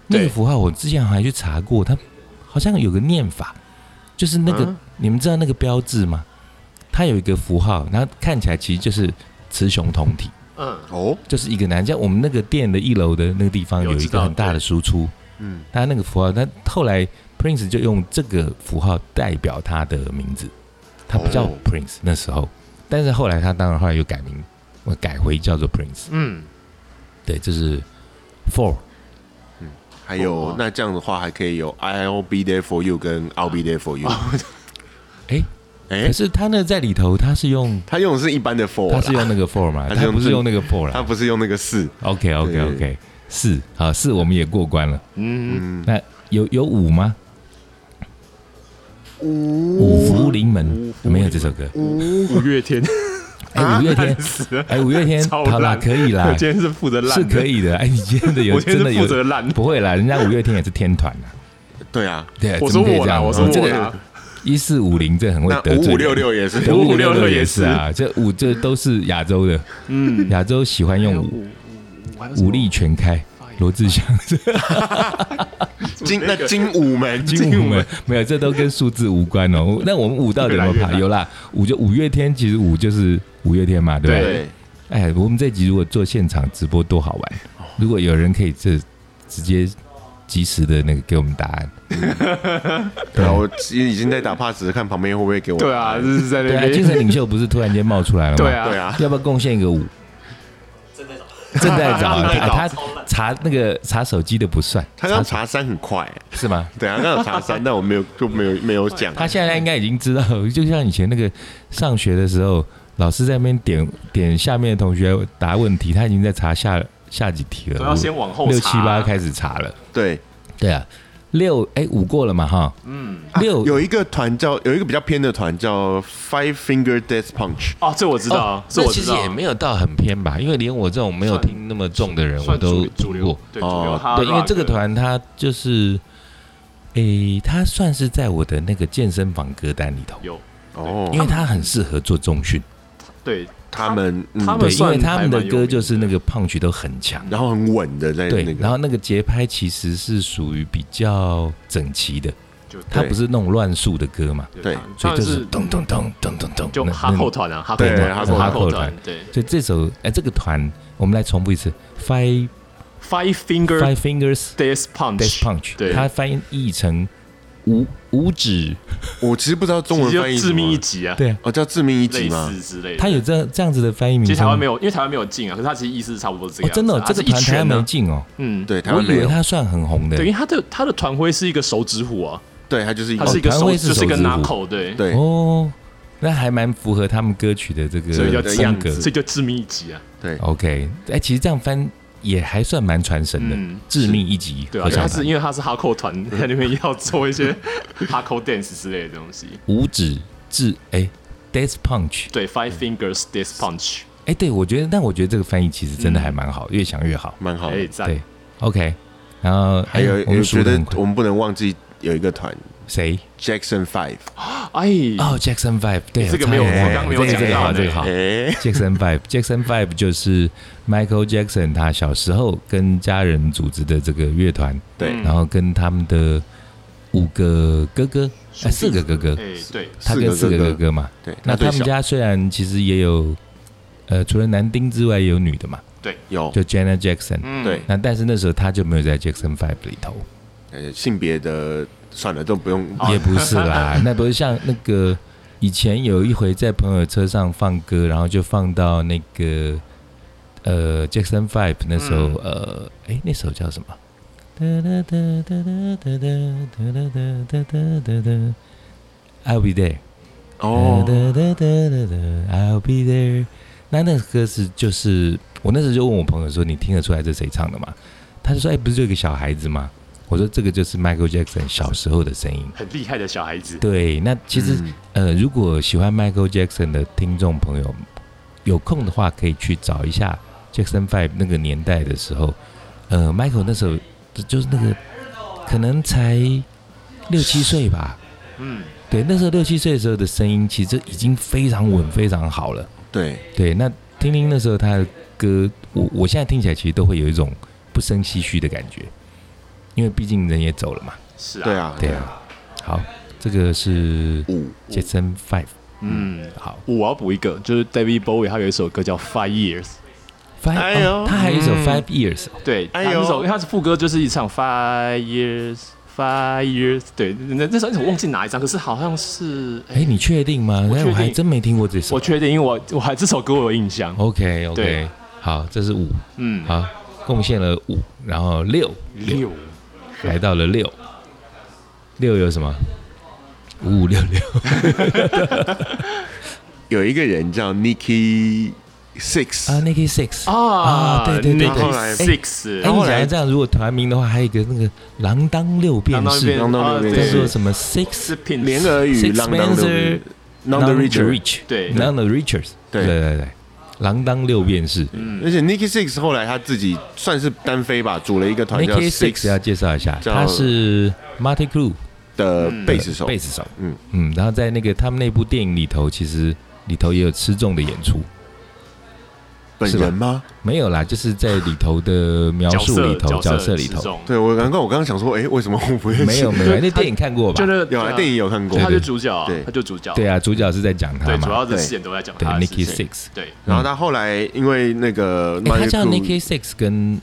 [SPEAKER 3] 那个
[SPEAKER 2] 对
[SPEAKER 3] 符号，我之前好像还去查过，他好像有个念法，就是那个、
[SPEAKER 1] 啊
[SPEAKER 3] 你们知道那个标志吗？它有一个符号，然后看起来其实就是雌雄同体，
[SPEAKER 2] 嗯，
[SPEAKER 1] 哦，
[SPEAKER 3] 就是一个男。像我们那个店的一楼的那个地方
[SPEAKER 2] 有
[SPEAKER 3] 有一
[SPEAKER 2] 知
[SPEAKER 3] 个
[SPEAKER 2] 道
[SPEAKER 3] 很大的
[SPEAKER 2] 对
[SPEAKER 3] 输出，
[SPEAKER 1] 嗯，
[SPEAKER 3] 他那个符号，他后来 Prince 就用这个符号代表他的名字，他不叫
[SPEAKER 1] 哦
[SPEAKER 3] Prince 那时候，但是后来他当然后来又改名，我改回叫做 Prince。
[SPEAKER 2] 嗯，
[SPEAKER 3] 对，这是 Four，
[SPEAKER 1] 还有
[SPEAKER 2] 哦
[SPEAKER 1] 那这样的话还可以有 I'll be there for you 跟 I'll be there for you，
[SPEAKER 3] 哎，
[SPEAKER 1] 哎
[SPEAKER 3] 可，是他那在里头他是用
[SPEAKER 1] 他用的是一般的 for，
[SPEAKER 3] 他是
[SPEAKER 1] 啦
[SPEAKER 3] 用那个 Four 嘛，
[SPEAKER 1] 他是
[SPEAKER 3] 他
[SPEAKER 1] 用
[SPEAKER 3] 不是
[SPEAKER 1] 正
[SPEAKER 3] 用那个 Four
[SPEAKER 1] 他
[SPEAKER 3] 啦。
[SPEAKER 1] 不是用那个四，
[SPEAKER 3] OK OK
[SPEAKER 1] 对
[SPEAKER 3] OK，四好四我们也过关了。
[SPEAKER 2] 嗯，
[SPEAKER 1] 嗯，
[SPEAKER 3] 那有有五吗？五福临门没有这首歌。
[SPEAKER 2] 五月 天，
[SPEAKER 3] 哎，五月天
[SPEAKER 2] 烂，死了，
[SPEAKER 3] 哎，五月天，
[SPEAKER 2] 超
[SPEAKER 3] 好啦，
[SPEAKER 2] 烂
[SPEAKER 3] 可以啦
[SPEAKER 2] 我， 今天是负责烂，
[SPEAKER 3] 是可，以的。哎，你今天的有
[SPEAKER 2] 我今
[SPEAKER 3] 真的
[SPEAKER 2] 天是
[SPEAKER 3] 有
[SPEAKER 2] 负责烂，
[SPEAKER 3] 不会啦，人家五月天也是天团啊。
[SPEAKER 1] 对啊，
[SPEAKER 3] 对，
[SPEAKER 2] 我
[SPEAKER 3] 怎
[SPEAKER 2] 说
[SPEAKER 3] 么可以
[SPEAKER 2] 我
[SPEAKER 3] 这
[SPEAKER 2] 啦，
[SPEAKER 3] 样
[SPEAKER 2] 我说
[SPEAKER 3] 这
[SPEAKER 2] 我
[SPEAKER 3] 个
[SPEAKER 2] 啦，
[SPEAKER 3] 一四五零这很会
[SPEAKER 1] 那
[SPEAKER 3] 得
[SPEAKER 1] 五
[SPEAKER 3] 罪
[SPEAKER 1] 五六六也是，
[SPEAKER 2] 对
[SPEAKER 3] 五
[SPEAKER 2] 5566
[SPEAKER 3] 也
[SPEAKER 2] 也
[SPEAKER 3] 是
[SPEAKER 2] 是
[SPEAKER 3] 啊，这五这都是亚洲的，
[SPEAKER 2] 嗯，
[SPEAKER 3] 亚洲喜欢用五
[SPEAKER 2] 五
[SPEAKER 3] 武力全开。罗志祥、
[SPEAKER 1] 金那金武门，
[SPEAKER 3] 精武们没有，这都跟数字无关哦。那我们五到底有没有
[SPEAKER 2] 越来
[SPEAKER 3] 怕？
[SPEAKER 2] 越难
[SPEAKER 3] 有啦，五就五月天，其实五就是五月天嘛，对不对？
[SPEAKER 1] 对，
[SPEAKER 3] 哎，我们这集如果做现场直播多好玩！如果有人可以这直接及时的那个给我们答案，
[SPEAKER 1] 对啊，我其实已经在打 pass 了看旁边会不会给我，
[SPEAKER 2] 对啊，就是在
[SPEAKER 3] 对
[SPEAKER 2] 那
[SPEAKER 3] 啊，精
[SPEAKER 2] 边，
[SPEAKER 3] 神领袖不是突然间冒出来了吗？
[SPEAKER 2] 对啊，
[SPEAKER 1] 对，啊，
[SPEAKER 3] 要不要贡献一个五？正在找，正在
[SPEAKER 1] 正在
[SPEAKER 3] 找，
[SPEAKER 1] 找
[SPEAKER 3] 他查那个查手机的不算，
[SPEAKER 1] 他刚查三很快，
[SPEAKER 3] 是吗？
[SPEAKER 1] 对啊，刚刚查 三，但我没有就没有没有讲，
[SPEAKER 3] 他现在应该已经知道，就像以前那个上学的时候，老师在那边点点下面的同学答问题，他已经在查下下几题了，
[SPEAKER 2] 都要先往后
[SPEAKER 3] 六
[SPEAKER 2] 查啊
[SPEAKER 3] 七八开始查了。
[SPEAKER 1] 对，
[SPEAKER 3] 对啊，六哎五过了嘛哈，
[SPEAKER 2] 嗯，
[SPEAKER 1] 啊
[SPEAKER 3] 六哦
[SPEAKER 1] 有一个团叫有一个比较偏的团叫 Five Finger Death Punch，
[SPEAKER 2] 哦，这我知道
[SPEAKER 3] 哦，
[SPEAKER 2] 这
[SPEAKER 3] 那
[SPEAKER 2] 我
[SPEAKER 3] 其
[SPEAKER 2] 知
[SPEAKER 3] 实
[SPEAKER 2] 道，
[SPEAKER 3] 也没有到很偏吧，因为连我这种没有
[SPEAKER 2] 算
[SPEAKER 3] 听那么重的人，我
[SPEAKER 2] 算
[SPEAKER 3] 都
[SPEAKER 2] 主主
[SPEAKER 3] 听
[SPEAKER 2] 流啊
[SPEAKER 3] 过。，
[SPEAKER 2] 对，主
[SPEAKER 1] 哦
[SPEAKER 2] 流哈
[SPEAKER 3] 对，因为
[SPEAKER 2] rock
[SPEAKER 3] 这个团它就是，诶，它算是在我的那个健身房歌单里头，
[SPEAKER 2] 有，
[SPEAKER 1] 哦
[SPEAKER 3] 因，为它很适合做重训。
[SPEAKER 2] 对
[SPEAKER 1] 他们嗯
[SPEAKER 2] 他们
[SPEAKER 3] 对，因
[SPEAKER 2] 算
[SPEAKER 3] 为他们的
[SPEAKER 2] 还蛮有
[SPEAKER 3] 歌
[SPEAKER 2] 名
[SPEAKER 3] 就是
[SPEAKER 2] 的
[SPEAKER 3] 那个胖曲都很强，
[SPEAKER 1] 然后很稳的在
[SPEAKER 3] 对
[SPEAKER 1] 那，
[SPEAKER 3] 然
[SPEAKER 1] 个，
[SPEAKER 3] 后那个节拍其实是属于比较整齐的，
[SPEAKER 2] 就
[SPEAKER 3] 它
[SPEAKER 1] 对
[SPEAKER 3] 不是那种乱数的歌嘛，
[SPEAKER 1] 对
[SPEAKER 2] 他
[SPEAKER 3] 所以
[SPEAKER 2] 们
[SPEAKER 3] 就是
[SPEAKER 2] 是
[SPEAKER 3] 咚咚咚咚咚咚，
[SPEAKER 2] 就
[SPEAKER 3] 那
[SPEAKER 2] 哈扣。团啊，哈扣
[SPEAKER 1] 对
[SPEAKER 2] 团，
[SPEAKER 1] 哈
[SPEAKER 2] 是
[SPEAKER 1] 扣
[SPEAKER 2] 哈
[SPEAKER 1] 团
[SPEAKER 2] 扣
[SPEAKER 3] 哈扣
[SPEAKER 2] 团
[SPEAKER 3] 团，
[SPEAKER 2] 对
[SPEAKER 3] 那所以这首哎，这个团我们来重复一次，Five
[SPEAKER 2] ，Five Finger
[SPEAKER 3] Five Fingers
[SPEAKER 2] Death Punch，
[SPEAKER 3] Death Punch，
[SPEAKER 2] 对
[SPEAKER 3] 它翻译成五五指，
[SPEAKER 1] 我其实不知道中文
[SPEAKER 2] 就
[SPEAKER 1] 翻译什么
[SPEAKER 2] 致命一击啊，
[SPEAKER 3] 对啊，
[SPEAKER 1] 哦叫致命一击
[SPEAKER 2] 类
[SPEAKER 1] 吗？
[SPEAKER 2] 似之类的。
[SPEAKER 3] 它有这这样子的翻译名
[SPEAKER 2] 其实
[SPEAKER 3] 称吗。
[SPEAKER 2] 台湾没有，因为台湾没有进啊，可是它其实意思是差不多这个
[SPEAKER 3] 哦，
[SPEAKER 2] 样子啊。
[SPEAKER 3] 真的哦，这个
[SPEAKER 2] 它
[SPEAKER 3] 团
[SPEAKER 2] 是一
[SPEAKER 3] 台湾
[SPEAKER 2] 圈
[SPEAKER 3] 没
[SPEAKER 2] 呢，
[SPEAKER 3] 进哦，
[SPEAKER 2] 嗯，
[SPEAKER 1] 对，台
[SPEAKER 3] 我
[SPEAKER 1] 湾
[SPEAKER 3] 以
[SPEAKER 1] 没
[SPEAKER 3] 为
[SPEAKER 1] 有，
[SPEAKER 3] 它算很红的
[SPEAKER 2] 对，因。为它的它的团徽是一个手指虎啊，
[SPEAKER 1] 对，他就是一
[SPEAKER 2] 它
[SPEAKER 1] 个
[SPEAKER 2] 是一个
[SPEAKER 3] 哦团
[SPEAKER 2] 手，
[SPEAKER 3] 徽是
[SPEAKER 2] 就是一个
[SPEAKER 3] 手指虎
[SPEAKER 2] knuckle，对，
[SPEAKER 1] 对
[SPEAKER 3] 哦，那还蛮符合他们歌曲的这个
[SPEAKER 2] 所以叫
[SPEAKER 3] 风格。
[SPEAKER 2] 所以叫致命一击啊，
[SPEAKER 1] 对
[SPEAKER 3] OK，哎，其实这样翻也还算蛮传神的，
[SPEAKER 2] 嗯
[SPEAKER 3] 致命一击
[SPEAKER 2] 对啊，
[SPEAKER 3] 合
[SPEAKER 2] 因为它
[SPEAKER 3] 唱
[SPEAKER 2] 是
[SPEAKER 3] 团，
[SPEAKER 2] 因为它是哈扣团，在那边要做一些 哈扣 dance 之类的东西。
[SPEAKER 3] 五指致哎，Death Punch，
[SPEAKER 2] 对，Five Fingers Death Punch，
[SPEAKER 3] 哎，对我觉得，但我觉得这个翻译其实真的
[SPEAKER 2] 嗯
[SPEAKER 3] 还蛮好，越想越好。
[SPEAKER 1] 蛮好的
[SPEAKER 2] 哎，。赞
[SPEAKER 3] 哦对，OK，然后
[SPEAKER 1] 嗯还有
[SPEAKER 3] 哎，我
[SPEAKER 1] 我
[SPEAKER 3] 们
[SPEAKER 1] 觉
[SPEAKER 3] 数得
[SPEAKER 1] 得
[SPEAKER 3] 很快
[SPEAKER 1] 我们不能忘记有一个团
[SPEAKER 3] 谁？
[SPEAKER 1] Jackson Five，
[SPEAKER 2] 哎，
[SPEAKER 3] 哦，Jackson Five，对，
[SPEAKER 2] 这个
[SPEAKER 3] 差
[SPEAKER 2] 没有
[SPEAKER 3] 点
[SPEAKER 1] 我
[SPEAKER 3] 忘
[SPEAKER 1] 刚
[SPEAKER 3] 了
[SPEAKER 1] 没有
[SPEAKER 3] 这
[SPEAKER 1] 讲
[SPEAKER 3] 个这个
[SPEAKER 1] 到
[SPEAKER 3] 好，
[SPEAKER 1] 呢
[SPEAKER 3] 这个好。
[SPEAKER 1] 哎，
[SPEAKER 3] Jackson Five，Jackson Five 就是 Michael Jackson 他小时候跟家人组织的这个乐团，
[SPEAKER 1] 对
[SPEAKER 2] 嗯
[SPEAKER 3] 然后跟他们的五个哥哥，呃，四个哥哥，
[SPEAKER 2] 哎，对，
[SPEAKER 3] 他跟四
[SPEAKER 1] 四个
[SPEAKER 3] 个
[SPEAKER 1] 哥
[SPEAKER 3] 哥
[SPEAKER 1] 哥
[SPEAKER 3] 哥嘛。
[SPEAKER 1] 对，
[SPEAKER 3] 那
[SPEAKER 1] 最
[SPEAKER 3] 他们
[SPEAKER 1] 小
[SPEAKER 3] 家虽然其实也有，呃，除了男丁之外也有女的嘛，
[SPEAKER 1] 有
[SPEAKER 3] 就 Janet Jackson。
[SPEAKER 2] 嗯
[SPEAKER 1] 对
[SPEAKER 3] 那但是那时候他就没有在 Jackson Five 里头，
[SPEAKER 1] 呃性别的，算了，都不用。
[SPEAKER 3] 也不是啦，那不是像那个以前有一回在朋友车上放歌，然后就放到那个呃 Jackson Five 那时候、呃，哎那首叫什么？I'll be there。呃
[SPEAKER 1] 哦，
[SPEAKER 3] I'll be there。那那个歌是就是我那时候就问我朋友说，你听得出来这谁唱的吗？他就说，哎、不是就有一个小孩子吗？我说这个就是 Michael Jackson 小时候的声音。
[SPEAKER 2] 很厉害的小孩子，
[SPEAKER 3] 对，那其实、
[SPEAKER 1] 嗯
[SPEAKER 3] 呃，如果喜欢 Michael Jackson 的听众朋友，有空的话可以去找一下 Jackson Five 那个年代的时候，呃，Michael 那时候就就是那个可能才六七岁吧，
[SPEAKER 2] 嗯，
[SPEAKER 3] 对，那时候六七岁的时候的声音，其实已经非常稳、非常好了。
[SPEAKER 1] 对，啊
[SPEAKER 3] 对，那听听那时候他的歌，我我现在听起来其实都会有一种不生唏嘘的感觉，因为毕竟人也走了嘛。
[SPEAKER 2] 是啊，
[SPEAKER 1] 对，啊，
[SPEAKER 3] 对啊，好，这个是
[SPEAKER 1] 五
[SPEAKER 3] Jackson Five。
[SPEAKER 2] 嗯，
[SPEAKER 3] 好
[SPEAKER 2] 我要补一个，就是 David Bowie 他有一首歌叫《Five Years》，
[SPEAKER 3] ，Five，、
[SPEAKER 1] 哎呦
[SPEAKER 3] 哦、他还有一首
[SPEAKER 1] 嗯
[SPEAKER 3] Five Years，、
[SPEAKER 2] 对，他
[SPEAKER 1] 哎呦
[SPEAKER 2] 那首因为他是副歌，就是一唱 Five Years。Five years，对，那那首我忘记哪一张，可是好像是，哎、
[SPEAKER 3] 哎、你确定吗？
[SPEAKER 2] 我确
[SPEAKER 3] 哎
[SPEAKER 2] 定
[SPEAKER 3] 我还真没听过这首。
[SPEAKER 2] 我确定，因为我我还这首歌我有印象，
[SPEAKER 3] OK
[SPEAKER 2] 对
[SPEAKER 3] OK，好，这是五，
[SPEAKER 2] 嗯，
[SPEAKER 3] 好，贡献了五，然后六
[SPEAKER 2] 六，
[SPEAKER 3] 来到了六，六有什么？五五六六，
[SPEAKER 1] 有一个人叫 Nicky
[SPEAKER 3] 啊
[SPEAKER 1] Six，
[SPEAKER 3] n i k i Six
[SPEAKER 2] 啊，
[SPEAKER 3] 对对对
[SPEAKER 1] 然后
[SPEAKER 3] 对。
[SPEAKER 1] 来
[SPEAKER 2] Six，
[SPEAKER 3] 哎，
[SPEAKER 1] 然
[SPEAKER 3] 你
[SPEAKER 1] 后
[SPEAKER 3] 想
[SPEAKER 1] 来
[SPEAKER 3] 要这样，如果团名的话，还有一个那个“锒铛六便
[SPEAKER 2] 当
[SPEAKER 3] 士
[SPEAKER 2] 变
[SPEAKER 1] 当当
[SPEAKER 2] 啊
[SPEAKER 1] 变
[SPEAKER 2] 对
[SPEAKER 3] 叫
[SPEAKER 1] 士
[SPEAKER 3] 做什么 Six
[SPEAKER 2] 是品
[SPEAKER 1] 联俄语
[SPEAKER 3] Six
[SPEAKER 1] 浪荡的
[SPEAKER 3] Spencer
[SPEAKER 1] Not the Richer，
[SPEAKER 3] Rich，
[SPEAKER 2] 对
[SPEAKER 3] n o n the Richers，
[SPEAKER 1] 对
[SPEAKER 3] 对对对，锒铛六便士
[SPEAKER 1] 而且 Nicky Six 后来他自己算是单飞吧，组了一个团叫
[SPEAKER 3] Nicky Six 啊要
[SPEAKER 1] Six
[SPEAKER 3] 介绍一下，
[SPEAKER 1] 叫
[SPEAKER 3] 他是 Marty Crew
[SPEAKER 1] 的贝斯手
[SPEAKER 3] 贝，斯手，
[SPEAKER 1] 嗯
[SPEAKER 3] 嗯嗯，然后在那个他们那部电影里头，其实里头也有吃重的演出，
[SPEAKER 1] 本
[SPEAKER 3] 是吧
[SPEAKER 1] 人吗？
[SPEAKER 3] 没有啦，就是在里头的描
[SPEAKER 2] 角
[SPEAKER 3] 述
[SPEAKER 2] 色
[SPEAKER 3] 里头角色里
[SPEAKER 2] 之
[SPEAKER 3] 头，
[SPEAKER 2] 中，
[SPEAKER 1] 对我难怪我刚刚想说，哎，为什么我不认识？
[SPEAKER 3] 没有没有，
[SPEAKER 2] 对
[SPEAKER 3] 那电影看过吧
[SPEAKER 2] 就？那
[SPEAKER 1] 有啊，电影有看过
[SPEAKER 2] 就。呃他就
[SPEAKER 3] 对对
[SPEAKER 2] 主角啊
[SPEAKER 1] 对，
[SPEAKER 2] 他就主角，
[SPEAKER 3] 对啊，主角是在讲他
[SPEAKER 2] 对，主
[SPEAKER 3] 嘛，
[SPEAKER 2] 要的
[SPEAKER 1] 对
[SPEAKER 2] 事件都在讲
[SPEAKER 3] 对
[SPEAKER 2] 他的事
[SPEAKER 3] ，Nicky
[SPEAKER 2] 情，
[SPEAKER 3] Six，
[SPEAKER 2] 对，
[SPEAKER 1] 然后他后来因为那个
[SPEAKER 3] 哎，
[SPEAKER 1] Motley
[SPEAKER 3] 他叫
[SPEAKER 1] Crue-
[SPEAKER 3] Nicky Six 跟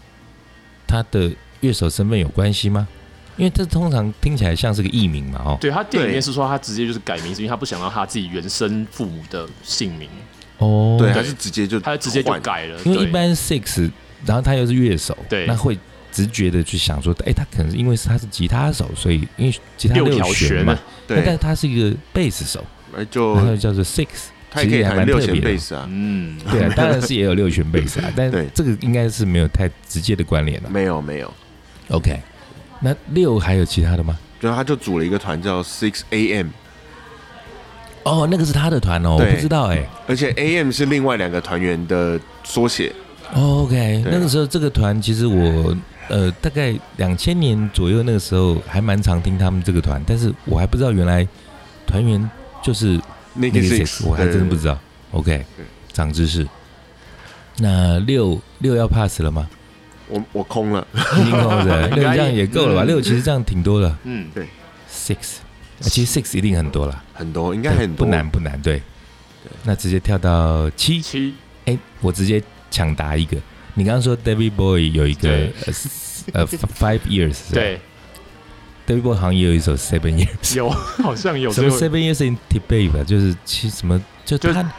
[SPEAKER 3] 他的乐手身份有关系吗？因为这通常听起来像是个艺名嘛，哦，
[SPEAKER 2] 对他电影里面
[SPEAKER 1] 对
[SPEAKER 2] 是说他直接就是改名字，因为他不想要他自己原生父母的姓名，
[SPEAKER 3] 哦，
[SPEAKER 1] 对，他是直接就
[SPEAKER 2] 他直接就
[SPEAKER 1] 换
[SPEAKER 2] 改了，
[SPEAKER 3] 因为
[SPEAKER 2] 对
[SPEAKER 3] 一般 Six，然后他又是乐手，
[SPEAKER 2] 对
[SPEAKER 3] 那会直觉的去想说，哎、他可能是因为是他是吉他手，所以因为吉他
[SPEAKER 2] 六条
[SPEAKER 3] 弦
[SPEAKER 2] 弦
[SPEAKER 3] 嘛
[SPEAKER 2] 啊，
[SPEAKER 3] 那但
[SPEAKER 1] 对
[SPEAKER 3] 是，他是一个贝斯手，
[SPEAKER 1] 哎就
[SPEAKER 3] 然后叫做 Six，
[SPEAKER 1] 他也可以
[SPEAKER 3] 其实还
[SPEAKER 1] 弹
[SPEAKER 3] 蛮
[SPEAKER 1] 六
[SPEAKER 3] 特别
[SPEAKER 1] 弦
[SPEAKER 3] 的
[SPEAKER 1] 贝斯啊，
[SPEAKER 2] 嗯，
[SPEAKER 3] 对、啊，当然是也有六弦贝斯啊，但
[SPEAKER 1] 对
[SPEAKER 3] 这个应该是没有太直接的关联了。
[SPEAKER 1] 没有没有，
[SPEAKER 3] OK，那六还有其他的吗？
[SPEAKER 1] 然后他就组了一个团叫 Six A.M.，
[SPEAKER 3] 哦，那个是他的团哦，我
[SPEAKER 1] 对
[SPEAKER 3] 不知道哎、
[SPEAKER 1] 而且 A.M. 是另外两个团员的缩写，
[SPEAKER 3] 哦 OK，
[SPEAKER 1] 对啊
[SPEAKER 3] 那个时候这个团其实我呃大概两千年左右那个时候还蛮常听他们这个团，但是我还不知道原来团员就是
[SPEAKER 1] 那
[SPEAKER 3] 那
[SPEAKER 1] 个
[SPEAKER 3] 个
[SPEAKER 1] Six，
[SPEAKER 3] six，我还真的不知道。OK，
[SPEAKER 1] 对
[SPEAKER 3] 长知识。那六六要 pass 了吗？
[SPEAKER 1] 我我空了，
[SPEAKER 3] 已经够了，
[SPEAKER 2] 应该
[SPEAKER 3] 六这样也够了吧？
[SPEAKER 2] 嗯
[SPEAKER 3] 六其实这样挺多了
[SPEAKER 2] 嗯，
[SPEAKER 3] ，six，啊其实 six 一定很多了，
[SPEAKER 1] 很多应该很
[SPEAKER 3] 不
[SPEAKER 1] 多，
[SPEAKER 3] 难不难，对。那直接跳到七，
[SPEAKER 2] 七
[SPEAKER 3] 哎，我直接抢答一个。你刚刚说 David Boy 有一个
[SPEAKER 2] 对
[SPEAKER 3] 呃，s- 呃 Five Years，是吧
[SPEAKER 2] 对
[SPEAKER 3] ，David Boy 好像也有一首 Seven Years，
[SPEAKER 2] 有 好像有
[SPEAKER 3] 什
[SPEAKER 2] 这
[SPEAKER 3] 么
[SPEAKER 2] 个
[SPEAKER 3] Seven Years in Tibet 吧，就是七什么，就
[SPEAKER 2] 就
[SPEAKER 3] 他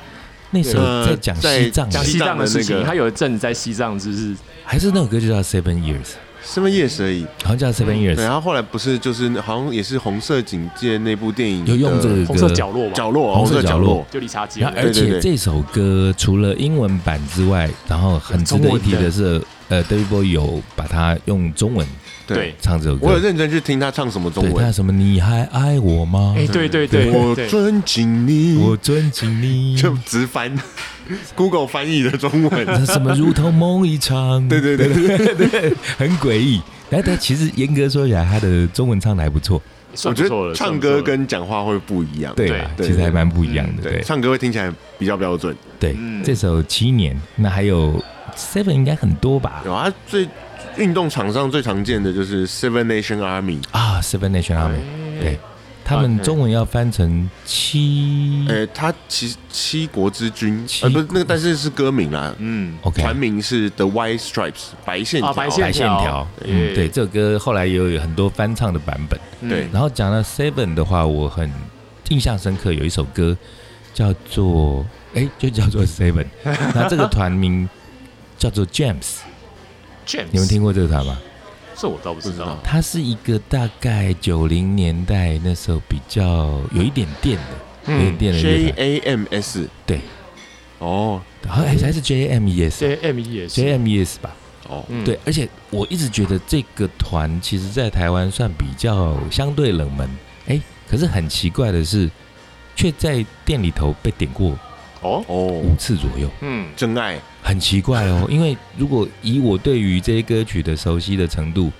[SPEAKER 3] 那首
[SPEAKER 1] 呃
[SPEAKER 3] 在讲
[SPEAKER 1] 在
[SPEAKER 3] 西藏的
[SPEAKER 2] 讲西藏的事
[SPEAKER 1] 西藏的
[SPEAKER 2] 情，
[SPEAKER 1] 那个
[SPEAKER 2] 他有一阵在西藏就是
[SPEAKER 3] 还是那首歌就叫 Seven Years，
[SPEAKER 1] 什么 Yes 而已。
[SPEAKER 3] 好像叫 Seven
[SPEAKER 1] 嗯对，
[SPEAKER 3] Years，
[SPEAKER 1] 然后后来不是就是好像也是红色警戒那部电影
[SPEAKER 3] 有用这个
[SPEAKER 1] 的
[SPEAKER 2] 红色角落吧，
[SPEAKER 1] 角哎落，
[SPEAKER 3] 红色
[SPEAKER 1] 色
[SPEAKER 3] 角
[SPEAKER 1] 角
[SPEAKER 3] 落，
[SPEAKER 2] 就理查基尔
[SPEAKER 3] 然后
[SPEAKER 2] 那
[SPEAKER 3] 而
[SPEAKER 2] 个，
[SPEAKER 1] 对
[SPEAKER 3] 且
[SPEAKER 1] 对
[SPEAKER 3] 这首歌除了英文版之外，然后很值得一提的是，呃，David Bowie 有把它用中文
[SPEAKER 1] 对
[SPEAKER 2] 对，，
[SPEAKER 3] 唱这首歌。
[SPEAKER 1] 我有认真去听他唱什么中
[SPEAKER 3] 对他
[SPEAKER 1] 文，
[SPEAKER 3] 什么你还爱我吗？
[SPEAKER 2] 哎，对对对，
[SPEAKER 1] 我
[SPEAKER 2] 对
[SPEAKER 1] 尊敬你，
[SPEAKER 3] 我尊敬你。
[SPEAKER 1] 就直翻 Google 翻译的中 文，
[SPEAKER 3] 什么如同梦一场，
[SPEAKER 1] 对对对对，
[SPEAKER 3] 很诡异。但但其实严格说起来，他的中文唱的还不错，
[SPEAKER 2] 算
[SPEAKER 1] 我
[SPEAKER 2] 不
[SPEAKER 1] 觉
[SPEAKER 2] 错了
[SPEAKER 1] 得唱
[SPEAKER 2] 算
[SPEAKER 1] 歌
[SPEAKER 2] 不错了
[SPEAKER 1] 跟讲话会不一样，
[SPEAKER 3] 对吧？其实还蛮不一样的，
[SPEAKER 1] 对，
[SPEAKER 3] 对
[SPEAKER 1] 唱歌会听起来比较标准。
[SPEAKER 3] 对
[SPEAKER 2] 嗯。
[SPEAKER 3] 这首《七年》，那还有 Seven 应该很多吧？
[SPEAKER 1] 有啊，最运动场上最常见的就是 Seven Nation Army，
[SPEAKER 3] 啊，Seven Nation Army，对
[SPEAKER 2] 哎
[SPEAKER 3] 他们中文要翻成七
[SPEAKER 1] 呃，他其实七国之军，
[SPEAKER 3] 嗯七
[SPEAKER 1] 呃，不是那个，但是是歌名啦，
[SPEAKER 2] 嗯，
[SPEAKER 3] ，OK，
[SPEAKER 1] 团名是 The White Stripes 白线条
[SPEAKER 2] 啊白线
[SPEAKER 3] 白线条，嗯，
[SPEAKER 2] 对
[SPEAKER 3] 对，这首歌后来也有很多翻唱的版本。
[SPEAKER 1] 对
[SPEAKER 2] 嗯
[SPEAKER 3] 然后讲到 Seven 的话，我很印象深刻，有一首歌叫做哎，就叫做 Seven，那这个团名叫做 James，
[SPEAKER 2] James，
[SPEAKER 3] 你们听过这个团吗？
[SPEAKER 2] 这我倒不知
[SPEAKER 1] 不知
[SPEAKER 2] 道
[SPEAKER 1] 道，
[SPEAKER 3] 它是一个大概九零年代那时候比较有一点电的，
[SPEAKER 2] 嗯
[SPEAKER 3] 有一点电的乐
[SPEAKER 1] J
[SPEAKER 3] 团，
[SPEAKER 1] A M S
[SPEAKER 3] 对，
[SPEAKER 1] 哦
[SPEAKER 3] 好像还是 JMES。
[SPEAKER 2] J M E 也是
[SPEAKER 3] J M E S 吧，
[SPEAKER 1] 哦，
[SPEAKER 2] 嗯
[SPEAKER 3] 对，而且我一直觉得这个团其实在台湾算比较相对冷门，哎，可是很奇怪的是，却在店里头被点过
[SPEAKER 2] 哦，
[SPEAKER 1] 哦，
[SPEAKER 3] 五次左右，
[SPEAKER 2] 嗯，
[SPEAKER 1] 真爱
[SPEAKER 3] 很奇怪哦。因为如果以我对于这些歌曲的熟悉的程度，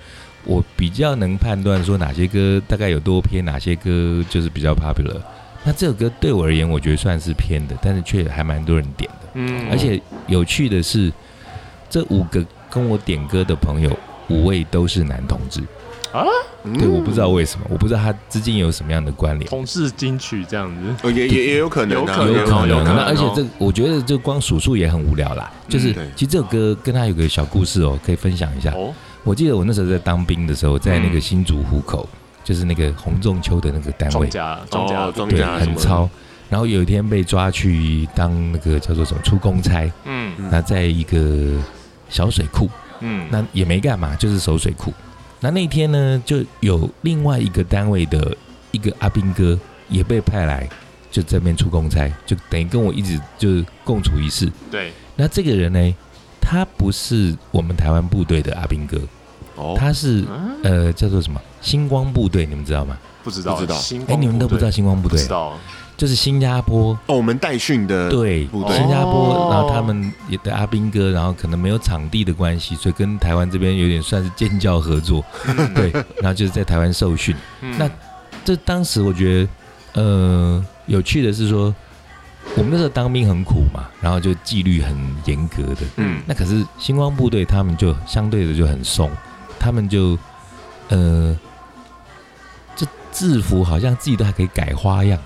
[SPEAKER 3] 我比较能判断说哪些歌大概有多偏，哪些歌就是比较 popular。那这首歌对我而言，我觉得算是偏的，但是却还蛮多人点的。
[SPEAKER 2] 嗯
[SPEAKER 3] 而且有趣的是，这五个跟我点歌的朋友，五位都是男同志。对，我不知道为什么，我不知道他之间有什么样的关联。
[SPEAKER 2] 同事金曲这样子，
[SPEAKER 1] 哦，也也也有可能啊，
[SPEAKER 2] 有
[SPEAKER 3] 有
[SPEAKER 2] 可
[SPEAKER 3] 可
[SPEAKER 2] 能有
[SPEAKER 3] 能，
[SPEAKER 2] 可能
[SPEAKER 3] 那
[SPEAKER 2] 哦
[SPEAKER 3] 而且这个我觉得这光数数也很无聊啦。就是
[SPEAKER 1] 嗯对
[SPEAKER 3] 其实这首歌跟他有个小故事哦，可以分享一下。
[SPEAKER 2] 哦，
[SPEAKER 3] 我记得我那时候在当兵的时候，在那个
[SPEAKER 2] 嗯
[SPEAKER 3] 新竹湖口，就是那个洪仲秋的那个单
[SPEAKER 2] 庄
[SPEAKER 3] 位，
[SPEAKER 2] 家庄家
[SPEAKER 1] 哦庄
[SPEAKER 3] 对，
[SPEAKER 1] 家什
[SPEAKER 3] 很
[SPEAKER 1] 么的
[SPEAKER 3] 超。然后有一天被抓去当那个叫做什么出公差，
[SPEAKER 2] 嗯
[SPEAKER 3] 那在一个小水库，
[SPEAKER 2] 嗯，
[SPEAKER 3] 那也没干嘛，就是守水库。那那天呢，就有另外一个单位的一个阿兵哥也被派来，就这边出公差，就等于跟我一直就是共处一室。
[SPEAKER 2] 对，
[SPEAKER 3] 那这个人呢，他不是我们台湾部队的阿兵哥，
[SPEAKER 1] 哦，
[SPEAKER 3] 他是
[SPEAKER 2] 嗯，
[SPEAKER 3] 呃叫做什么星光部队，你们知道吗？
[SPEAKER 2] 不知道，
[SPEAKER 1] 不知道
[SPEAKER 2] 星
[SPEAKER 3] 哎、
[SPEAKER 2] 光
[SPEAKER 3] 你们都不知道
[SPEAKER 2] 部队，
[SPEAKER 3] 星光部
[SPEAKER 2] 不
[SPEAKER 3] 队啊
[SPEAKER 2] 知，道，
[SPEAKER 3] 就是新加坡
[SPEAKER 1] 哦，我们代训的，
[SPEAKER 3] 对
[SPEAKER 1] 部队
[SPEAKER 3] 新加
[SPEAKER 2] 哦
[SPEAKER 3] 坡，然后他们也的阿兵哥，然后可能没有场地的关系，所以跟台湾这边有点算是建教合 作，
[SPEAKER 2] 嗯
[SPEAKER 3] 对，然后就是在台湾受训。
[SPEAKER 2] 嗯
[SPEAKER 3] 那这当时我觉得，呃，有趣的是说，我们那时候当兵很苦嘛，然后就纪律很严格的。
[SPEAKER 2] 嗯
[SPEAKER 3] 那可是星光部队他们就相对的就很松，他们就呃，这制服好像自己都还可以改花样，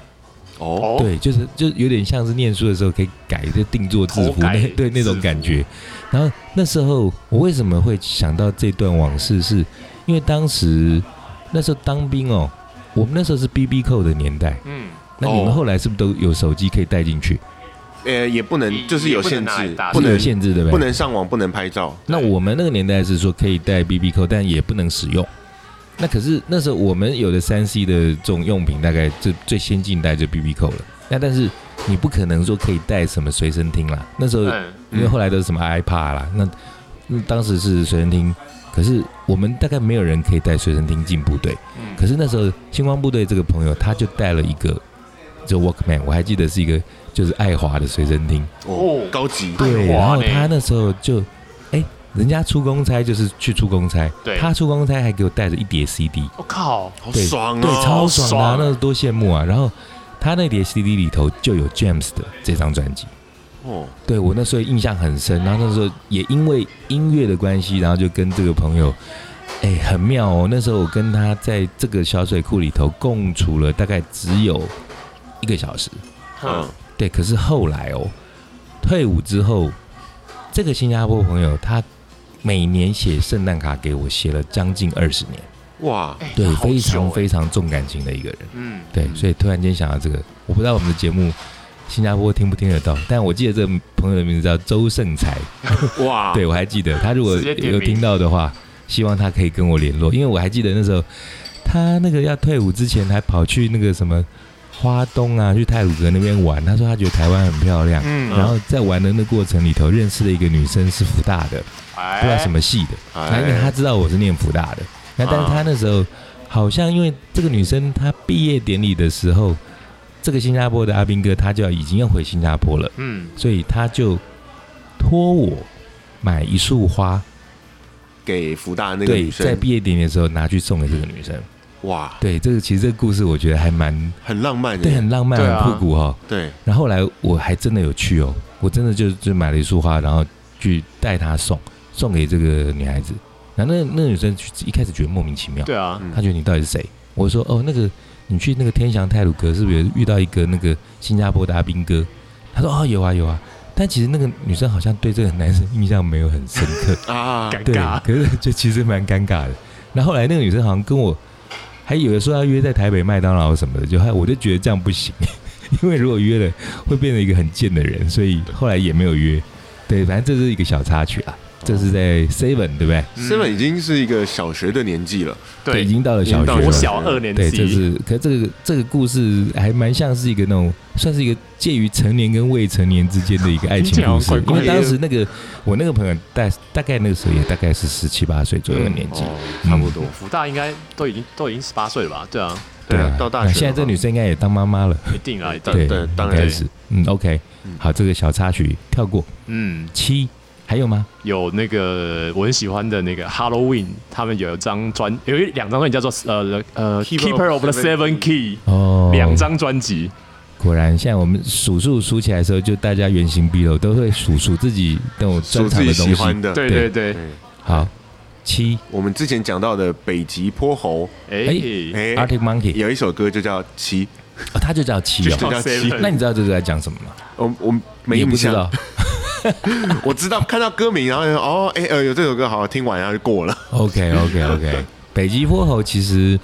[SPEAKER 1] 哦，
[SPEAKER 2] 哦，
[SPEAKER 3] 对，就是就有点像是念书的时候可以改就定做制
[SPEAKER 2] 偷
[SPEAKER 3] 服
[SPEAKER 2] 改
[SPEAKER 3] 那对那
[SPEAKER 2] 制
[SPEAKER 3] 种
[SPEAKER 2] 服
[SPEAKER 3] 感觉。然后那时候我为什么会想到这段往事是，因为当时那时候当兵哦，我们那时候是 B B 扣的年代，
[SPEAKER 2] 嗯，
[SPEAKER 3] 那你
[SPEAKER 1] 哦
[SPEAKER 3] 们后来是不是都有手机可以带进去？
[SPEAKER 1] 呃，也不能，啊就是有限
[SPEAKER 2] 也不能拿来
[SPEAKER 1] 制
[SPEAKER 2] 打，
[SPEAKER 1] 不
[SPEAKER 3] 是
[SPEAKER 1] 能
[SPEAKER 3] 有限制对不
[SPEAKER 1] 不
[SPEAKER 3] 对？
[SPEAKER 1] 能上网，不能拍照，
[SPEAKER 3] 那我们那个年代是说可以带 B B 扣，但也不能使用。那可是那时候我们有的三 C 的这种用品，大概最最先进代就 B B 扣了。那但是你不可能说可以带什么随身听啦，那时候
[SPEAKER 2] 嗯
[SPEAKER 3] 因为后来都是什么 iPad 啦，那那当时是随身听，可是我们大概没有人可以带随身听进部队。
[SPEAKER 2] 嗯，
[SPEAKER 3] 可是那时候星光部队这个朋友，他就带了一个就 Walkman，我还记得是一个就是爱华的随身听。
[SPEAKER 1] 哦
[SPEAKER 2] 哦，
[SPEAKER 1] 高级，
[SPEAKER 2] 对
[SPEAKER 3] 然
[SPEAKER 2] 哇
[SPEAKER 3] 后他
[SPEAKER 2] 呢
[SPEAKER 3] 那时候就，哎，人家出公差就是去出公差，
[SPEAKER 2] 对
[SPEAKER 3] 他出公差还给我带着一叠 CD，
[SPEAKER 2] 我靠，
[SPEAKER 1] 好
[SPEAKER 3] 对
[SPEAKER 1] 爽哦，
[SPEAKER 3] 对，超爽的、
[SPEAKER 2] 爽
[SPEAKER 3] 啊，那时候多羡慕啊！然后他那叠 CD 里头就有 James 的这张专辑。
[SPEAKER 1] 哦，
[SPEAKER 3] 对我那时候印象很深，然后那时候也因为音乐的关系，然后就跟这个朋友，哎，很妙哦。那时候我跟他在这个小水库里头共处了大概只有一个小时，
[SPEAKER 2] 嗯
[SPEAKER 1] 嗯，
[SPEAKER 3] 对。可是后来哦，退伍之后，这个新加坡朋友他每年写圣诞卡给我，写了将近二十年，
[SPEAKER 1] 哇，
[SPEAKER 2] 哎
[SPEAKER 3] 对
[SPEAKER 2] 那，好
[SPEAKER 3] 非
[SPEAKER 2] 久
[SPEAKER 3] 常
[SPEAKER 2] 哎
[SPEAKER 3] 非常重感情的一个人。
[SPEAKER 2] 嗯，
[SPEAKER 3] 对，所以突然间想到这个，我不知道我们的节目新加坡听不听得到，但我记得这个朋友的名字叫周胜才，
[SPEAKER 1] 哇，
[SPEAKER 3] 对我还记得他如果
[SPEAKER 2] 啊直接点名
[SPEAKER 3] 有听到的话，希望他可以跟我联络，因为我还记得那时候他那个要退伍之前还跑去那个什么花东啊，去泰鲁阁那边玩，他说他觉得台湾很漂亮。
[SPEAKER 2] 嗯
[SPEAKER 3] 然后在玩的那过程里头，认识了一个女生是福大的，
[SPEAKER 2] 哎
[SPEAKER 3] 不知道什么系的。
[SPEAKER 1] 哎
[SPEAKER 3] 那因为他知道我是念福大的，那但是他那时候好像因为这个女生，她毕业典礼的时候，这个新加坡的阿兵哥他就要已经要回新加坡了，
[SPEAKER 2] 嗯，
[SPEAKER 3] 所以他就托我买一束花，
[SPEAKER 1] 给福大那个
[SPEAKER 3] 对，
[SPEAKER 1] 女
[SPEAKER 3] 在
[SPEAKER 1] 生，
[SPEAKER 3] 毕业典礼的时候拿去送给这个女生。
[SPEAKER 1] 哇，
[SPEAKER 3] 对，这个其实这个故事我觉得还蛮
[SPEAKER 1] 很浪漫耶，
[SPEAKER 3] 对，很浪漫，
[SPEAKER 2] 对啊
[SPEAKER 3] 很复古哦。
[SPEAKER 1] 对，
[SPEAKER 3] 然后后来我还真的有去哦，我真的就就买了一束花，然后去带她送送给这个女孩子。然后那那女生一开始觉得莫名其妙，
[SPEAKER 2] 对啊，
[SPEAKER 1] 嗯
[SPEAKER 3] 他觉得你到底是谁？我说哦，那个你去那个天祥泰鲁阁是不是有遇到一个那个新加坡的阿兵哥？他说哦有啊有啊，但其实那个女生好像对这个男生印象没有很深刻，
[SPEAKER 1] 啊，
[SPEAKER 2] 尴
[SPEAKER 3] 对
[SPEAKER 2] 尬，，
[SPEAKER 3] 可是就其实蛮尴尬的。然后后来那个女生好像跟我还以为说要约在台北麦当劳什么的，就害我就觉得这样不行， 因为如果约了会变成一个很贱的人，所以后来也没有约。对，反正这是一个小插曲啊，这是在 Seven 对不对？
[SPEAKER 1] s e 已经是一个小学的年纪了，
[SPEAKER 3] 已
[SPEAKER 2] 对，
[SPEAKER 3] 经到了小
[SPEAKER 1] 已经到
[SPEAKER 3] 学
[SPEAKER 1] 了
[SPEAKER 2] 国
[SPEAKER 3] 了。
[SPEAKER 2] 小二年
[SPEAKER 3] 对，
[SPEAKER 2] 级，
[SPEAKER 3] 这是可这个这个故事还蛮像是一个那种，算是一个介于成年跟未成年之间的一个爱
[SPEAKER 2] 听起
[SPEAKER 3] 情
[SPEAKER 2] 来好
[SPEAKER 3] 故
[SPEAKER 2] 像
[SPEAKER 3] 事。
[SPEAKER 2] 怪
[SPEAKER 3] 因
[SPEAKER 2] 怪
[SPEAKER 3] 为
[SPEAKER 2] 的
[SPEAKER 3] 当时那个我那个朋友大大概那个时候也大概是十七八岁左右的年纪，
[SPEAKER 1] 哦，差不多，
[SPEAKER 2] 福大应该都已经都已经十八岁了吧？对啊，
[SPEAKER 1] 对啊
[SPEAKER 3] 啊，
[SPEAKER 1] 到大学
[SPEAKER 3] 那现在这
[SPEAKER 1] 了吧
[SPEAKER 3] 女生应该也当妈妈了，
[SPEAKER 2] 一定啊，一定，
[SPEAKER 3] 对
[SPEAKER 1] 对，当
[SPEAKER 3] 应该
[SPEAKER 1] 然
[SPEAKER 3] 是嗯，OK，
[SPEAKER 1] 嗯
[SPEAKER 3] 好，这个小插曲跳过
[SPEAKER 2] 嗯，
[SPEAKER 3] 七，还有吗？
[SPEAKER 2] 有那个我很喜欢的那个 Halloween，他们有一张专，有一两张专辑叫做呃呃
[SPEAKER 1] Keeper
[SPEAKER 2] Keeper of
[SPEAKER 1] of
[SPEAKER 2] the
[SPEAKER 1] the Seven
[SPEAKER 2] Seven Key，
[SPEAKER 3] 哦，
[SPEAKER 2] 两张专辑。
[SPEAKER 3] 果然，现在我们数数数起来的时候，就大家原形毕露，都会数数自己那种
[SPEAKER 1] 属
[SPEAKER 3] 专
[SPEAKER 1] 自
[SPEAKER 3] 长
[SPEAKER 1] 己
[SPEAKER 3] 的
[SPEAKER 1] 喜
[SPEAKER 3] 东
[SPEAKER 1] 欢
[SPEAKER 3] 西。
[SPEAKER 1] 的。
[SPEAKER 2] 对
[SPEAKER 3] 对
[SPEAKER 2] 对对，
[SPEAKER 3] 好，七
[SPEAKER 1] 我们之前讲到的北极泼猴，
[SPEAKER 2] 哎，
[SPEAKER 1] 哎、
[SPEAKER 3] Arctic Monkey，、
[SPEAKER 1] 有一首歌就叫《七》，
[SPEAKER 3] 哦、它就叫七
[SPEAKER 2] 就
[SPEAKER 1] 这
[SPEAKER 2] 叫
[SPEAKER 3] 哦。
[SPEAKER 1] 叫七
[SPEAKER 2] Seven
[SPEAKER 3] 那你知道这个在讲什么吗？
[SPEAKER 1] 我我没
[SPEAKER 3] 你
[SPEAKER 1] 印
[SPEAKER 3] 不知
[SPEAKER 1] 象，
[SPEAKER 3] 道。
[SPEAKER 1] 我知道看到歌名，然后就说哦，哎、呃，有这首歌，好听完然后就过了。
[SPEAKER 3] OK OK OK，北极泼猴其实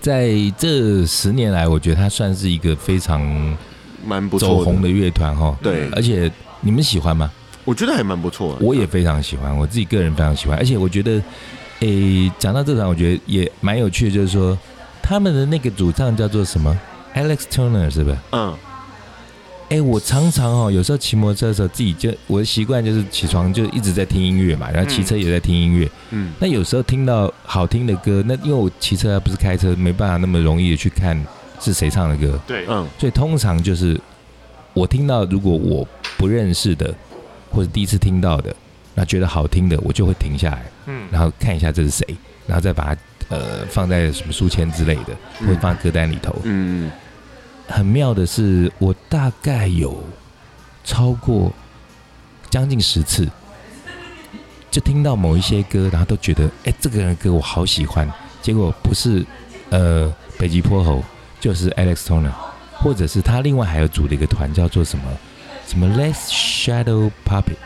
[SPEAKER 3] 在这十年来，我觉得它算是一个非常
[SPEAKER 1] 蛮不
[SPEAKER 3] 走
[SPEAKER 1] 错
[SPEAKER 3] 红
[SPEAKER 1] 的，
[SPEAKER 3] 的乐团哈。
[SPEAKER 1] 对
[SPEAKER 3] 而且你们喜欢吗？
[SPEAKER 1] 我觉得还蛮不错的。
[SPEAKER 3] 我也非常喜欢，我自己个人非常喜欢，而且我觉得，诶，讲到这场，我觉得也蛮有趣的，就是说他们的那个主唱叫做什么，Alex Turner 是不是？
[SPEAKER 1] 嗯，
[SPEAKER 3] 哎，我常常哦，有时候骑摩托车的时候，自己就我的习惯就是起床就一直在听音乐嘛，然后骑车也在听音乐。
[SPEAKER 1] 嗯，
[SPEAKER 3] 那有时候听到好听的歌，那因为我骑车不是开车，没办法那么容易的去看是谁唱的歌，
[SPEAKER 2] 对，
[SPEAKER 1] 嗯，
[SPEAKER 3] 所以通常就是我听到如果我不认识的，或者第一次听到的，那觉得好听的，我就会停下来，
[SPEAKER 2] 嗯，
[SPEAKER 3] 然后看一下这是谁，然后再把它呃放在什么书签之类的，或者放在歌单里头。
[SPEAKER 1] 嗯，
[SPEAKER 3] 很妙的是，我大概有超过将近十次，就听到某一些歌，然后都觉得，哎、这个人的歌我好喜欢。结果不是呃北极泼猴，就是 Alex Turner，或者是他另外还有组了一个团叫做什么什么 Less Shadow Puppet，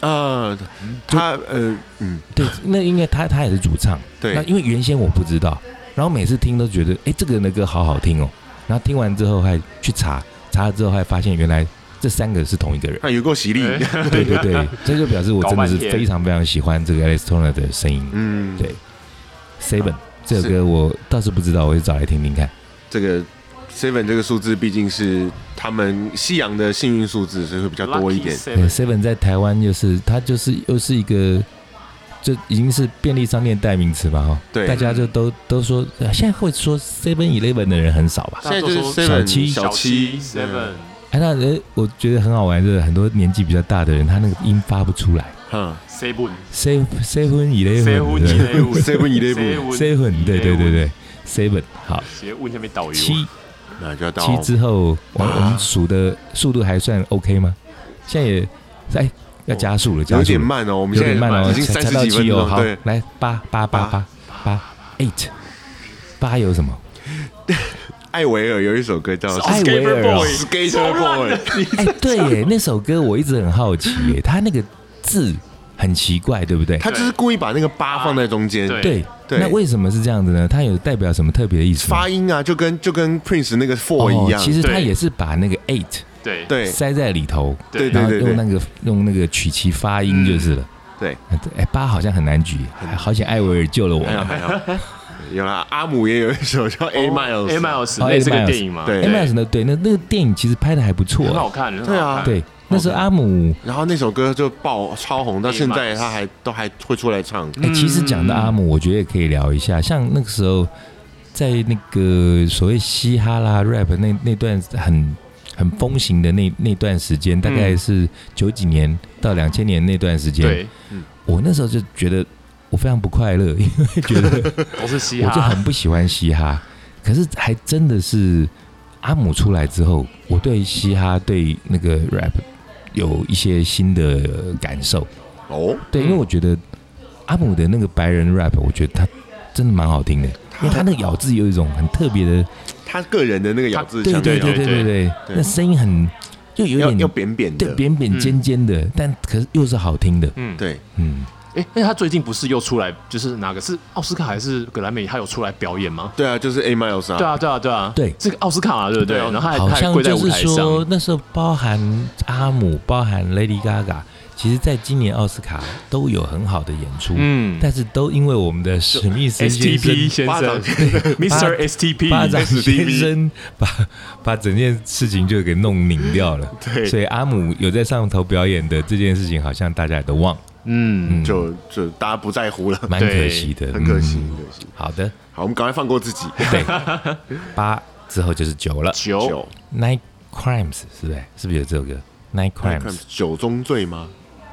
[SPEAKER 1] 呃，他呃，嗯，
[SPEAKER 3] 对，那应该他他也是主唱。那
[SPEAKER 1] 对，。
[SPEAKER 3] 因为原先我不知道，然后每次听都觉得，哎，这个人的歌好好听哦。然后听完之后还去查，查了之后还发现原来这三个是同一个人
[SPEAKER 1] 那有够犀利，
[SPEAKER 2] 哎
[SPEAKER 3] 对对对， 这就表示我真的是
[SPEAKER 2] 搞半天
[SPEAKER 3] 非常非常喜欢这个 Alex Turner 的声音。
[SPEAKER 1] 嗯，
[SPEAKER 3] 对，Seven 这首歌我倒啊是不知道，我就找来听听看。
[SPEAKER 1] 这个 seven 这个数字毕竟是他们西洋的幸运数字，所以会比较多一点。
[SPEAKER 3] 对，Seven 在台湾就是它就是又是一个，这已经是便利商店代名词嘛哈。
[SPEAKER 1] 对
[SPEAKER 3] 大家就都都说，呃现在会说 Seven Eleven 的人很少吧？
[SPEAKER 1] 现在就是 seven
[SPEAKER 3] 小七
[SPEAKER 1] 小七
[SPEAKER 2] Seven，
[SPEAKER 3] 哎，那呃，我觉得很好玩，就是很多年纪比较大的人，他那个音发不出来。
[SPEAKER 1] 嗯
[SPEAKER 2] Seven
[SPEAKER 3] seven seven
[SPEAKER 2] Seven
[SPEAKER 3] eleven
[SPEAKER 2] Eleven
[SPEAKER 1] ，seven eleven，
[SPEAKER 3] seven 对对对对 seven 好
[SPEAKER 2] 直接问下面导游
[SPEAKER 3] 七
[SPEAKER 1] 那就要到啊
[SPEAKER 3] 七之后，我我们数的速度还算 OK 吗？现在也哎要加速了，加
[SPEAKER 1] 有
[SPEAKER 3] 速
[SPEAKER 1] 点
[SPEAKER 3] 了，
[SPEAKER 1] 慢哦，我们
[SPEAKER 3] 有
[SPEAKER 1] 现
[SPEAKER 3] 点慢
[SPEAKER 1] 在
[SPEAKER 3] 哦，
[SPEAKER 1] 已经
[SPEAKER 3] 才
[SPEAKER 1] 三
[SPEAKER 3] 才
[SPEAKER 1] 十
[SPEAKER 3] 到
[SPEAKER 1] 几分
[SPEAKER 3] 七
[SPEAKER 1] 钟
[SPEAKER 3] 哦，
[SPEAKER 1] 了，
[SPEAKER 3] 好
[SPEAKER 1] 对，，
[SPEAKER 3] 来八八八八八 eight 八有什么？
[SPEAKER 1] 艾维尔有一首歌叫
[SPEAKER 2] 哦
[SPEAKER 1] 《
[SPEAKER 3] 艾维尔哦
[SPEAKER 1] Skater Boy》，
[SPEAKER 3] 哎，对耶，那首歌我一直很好奇耶，他那个字很奇怪，对不对？
[SPEAKER 1] 他就是故意把那个八放在中间，
[SPEAKER 2] 对
[SPEAKER 3] 对，
[SPEAKER 1] 对
[SPEAKER 3] 那为什么是这样子呢？它有代表什么特别的意思吗？
[SPEAKER 1] 发音啊，就跟就跟 Prince 那个 four 一样
[SPEAKER 3] 哦，，其实它
[SPEAKER 2] 对
[SPEAKER 3] 也是把那个 eight
[SPEAKER 2] 对
[SPEAKER 1] 对
[SPEAKER 3] 塞在里头，
[SPEAKER 1] 对
[SPEAKER 3] 然
[SPEAKER 1] 对
[SPEAKER 3] 后
[SPEAKER 1] 对
[SPEAKER 3] 用
[SPEAKER 1] 对
[SPEAKER 3] 那个用那个曲奇发音就是了。
[SPEAKER 1] 对，哎
[SPEAKER 3] 啊对哎，八好像很难举，还好险艾维尔救了我
[SPEAKER 1] 还有
[SPEAKER 3] 们。
[SPEAKER 1] 还有， 有啦，阿姆也有一首
[SPEAKER 3] 哦
[SPEAKER 1] 叫 Oh，A Miles
[SPEAKER 2] A Miles 那是个电影嘛，
[SPEAKER 1] 对
[SPEAKER 3] 艾麦哎呢？对，那那个电影其实拍的还不
[SPEAKER 2] 很好
[SPEAKER 3] 错。
[SPEAKER 2] 看，很好
[SPEAKER 1] 对啊
[SPEAKER 2] 看
[SPEAKER 3] 对，那时候阿姆，
[SPEAKER 1] 然后那首歌就爆超红，到现
[SPEAKER 2] A
[SPEAKER 1] 在
[SPEAKER 2] Miles
[SPEAKER 1] 他还都还会出来唱。
[SPEAKER 3] 哎，其实讲到
[SPEAKER 2] 嗯
[SPEAKER 3] 阿姆，我觉得也可以聊一下，像那个时候在那个所谓嘻哈啦 rap 那那段很。很风行的那那段时间，大概是九几年到两千年那段时间，
[SPEAKER 2] 嗯对，
[SPEAKER 3] 我那时候就觉得我非常不快乐，因为觉得
[SPEAKER 2] 都是嘻
[SPEAKER 3] 我就
[SPEAKER 2] 哈
[SPEAKER 3] 很，不喜欢嘻哈，可是还真的是阿姆出来之后，我对嘻哈对那个 rap 有一些新的感受。
[SPEAKER 1] 哦，
[SPEAKER 3] 对，因为我觉得阿姆的那个白人 rap，我觉得他真的蛮好听的，因为他那个咬字有一种很特别的，
[SPEAKER 1] 他个人的那个咬字
[SPEAKER 3] 对
[SPEAKER 1] 腔
[SPEAKER 3] 对
[SPEAKER 1] 调，
[SPEAKER 3] 对对对对，那声音很就有
[SPEAKER 1] 要要
[SPEAKER 3] 点
[SPEAKER 1] 扁扁
[SPEAKER 3] 对
[SPEAKER 1] 的，
[SPEAKER 3] 扁扁尖尖的，但可是又是好听的，
[SPEAKER 2] 嗯，
[SPEAKER 1] 对，
[SPEAKER 3] 嗯。
[SPEAKER 2] 哎，哎，他最近不是又出来，就是哪个是奥斯卡还是格莱美，他有出来表演吗？
[SPEAKER 1] 对啊，就是 A Miles 啊，
[SPEAKER 2] 对啊，对啊，对啊，
[SPEAKER 3] 对
[SPEAKER 2] 这个奥斯卡嘛，对不对？
[SPEAKER 1] 对
[SPEAKER 2] 然后他还
[SPEAKER 3] 好
[SPEAKER 2] 他还
[SPEAKER 3] 像
[SPEAKER 2] 跪在
[SPEAKER 3] 就
[SPEAKER 2] 舞
[SPEAKER 3] 是
[SPEAKER 2] 台
[SPEAKER 3] 说
[SPEAKER 2] 上，
[SPEAKER 3] 那时候包含阿姆，包含 Lady Gaga，其实在今年奥斯卡都有很好的演出，
[SPEAKER 2] 嗯
[SPEAKER 3] 但是都因为我们的史密斯先
[SPEAKER 2] STP
[SPEAKER 3] 生。
[SPEAKER 2] 先
[SPEAKER 1] 巴
[SPEAKER 2] 生
[SPEAKER 1] 掌
[SPEAKER 2] ，Mr. STP，
[SPEAKER 3] 巴掌先
[SPEAKER 2] STP
[SPEAKER 3] 生把把整件事情就给弄拧掉了，
[SPEAKER 1] 对
[SPEAKER 3] 所以阿姆有在上头表演的这件事情，好像大家也都 忘了，
[SPEAKER 2] 嗯，
[SPEAKER 1] 就就大家不在乎了，
[SPEAKER 3] 蛮可惜的，
[SPEAKER 1] 很可惜，
[SPEAKER 3] 嗯
[SPEAKER 1] 很可惜。
[SPEAKER 3] 好的，
[SPEAKER 1] 好，我们赶快放过自己。
[SPEAKER 3] 对，八之后就是九了
[SPEAKER 2] 九
[SPEAKER 1] 九
[SPEAKER 3] ，Night Crimes 是不是？是不是有这首歌？Night Crimes，
[SPEAKER 1] Crimes，酒中醉吗？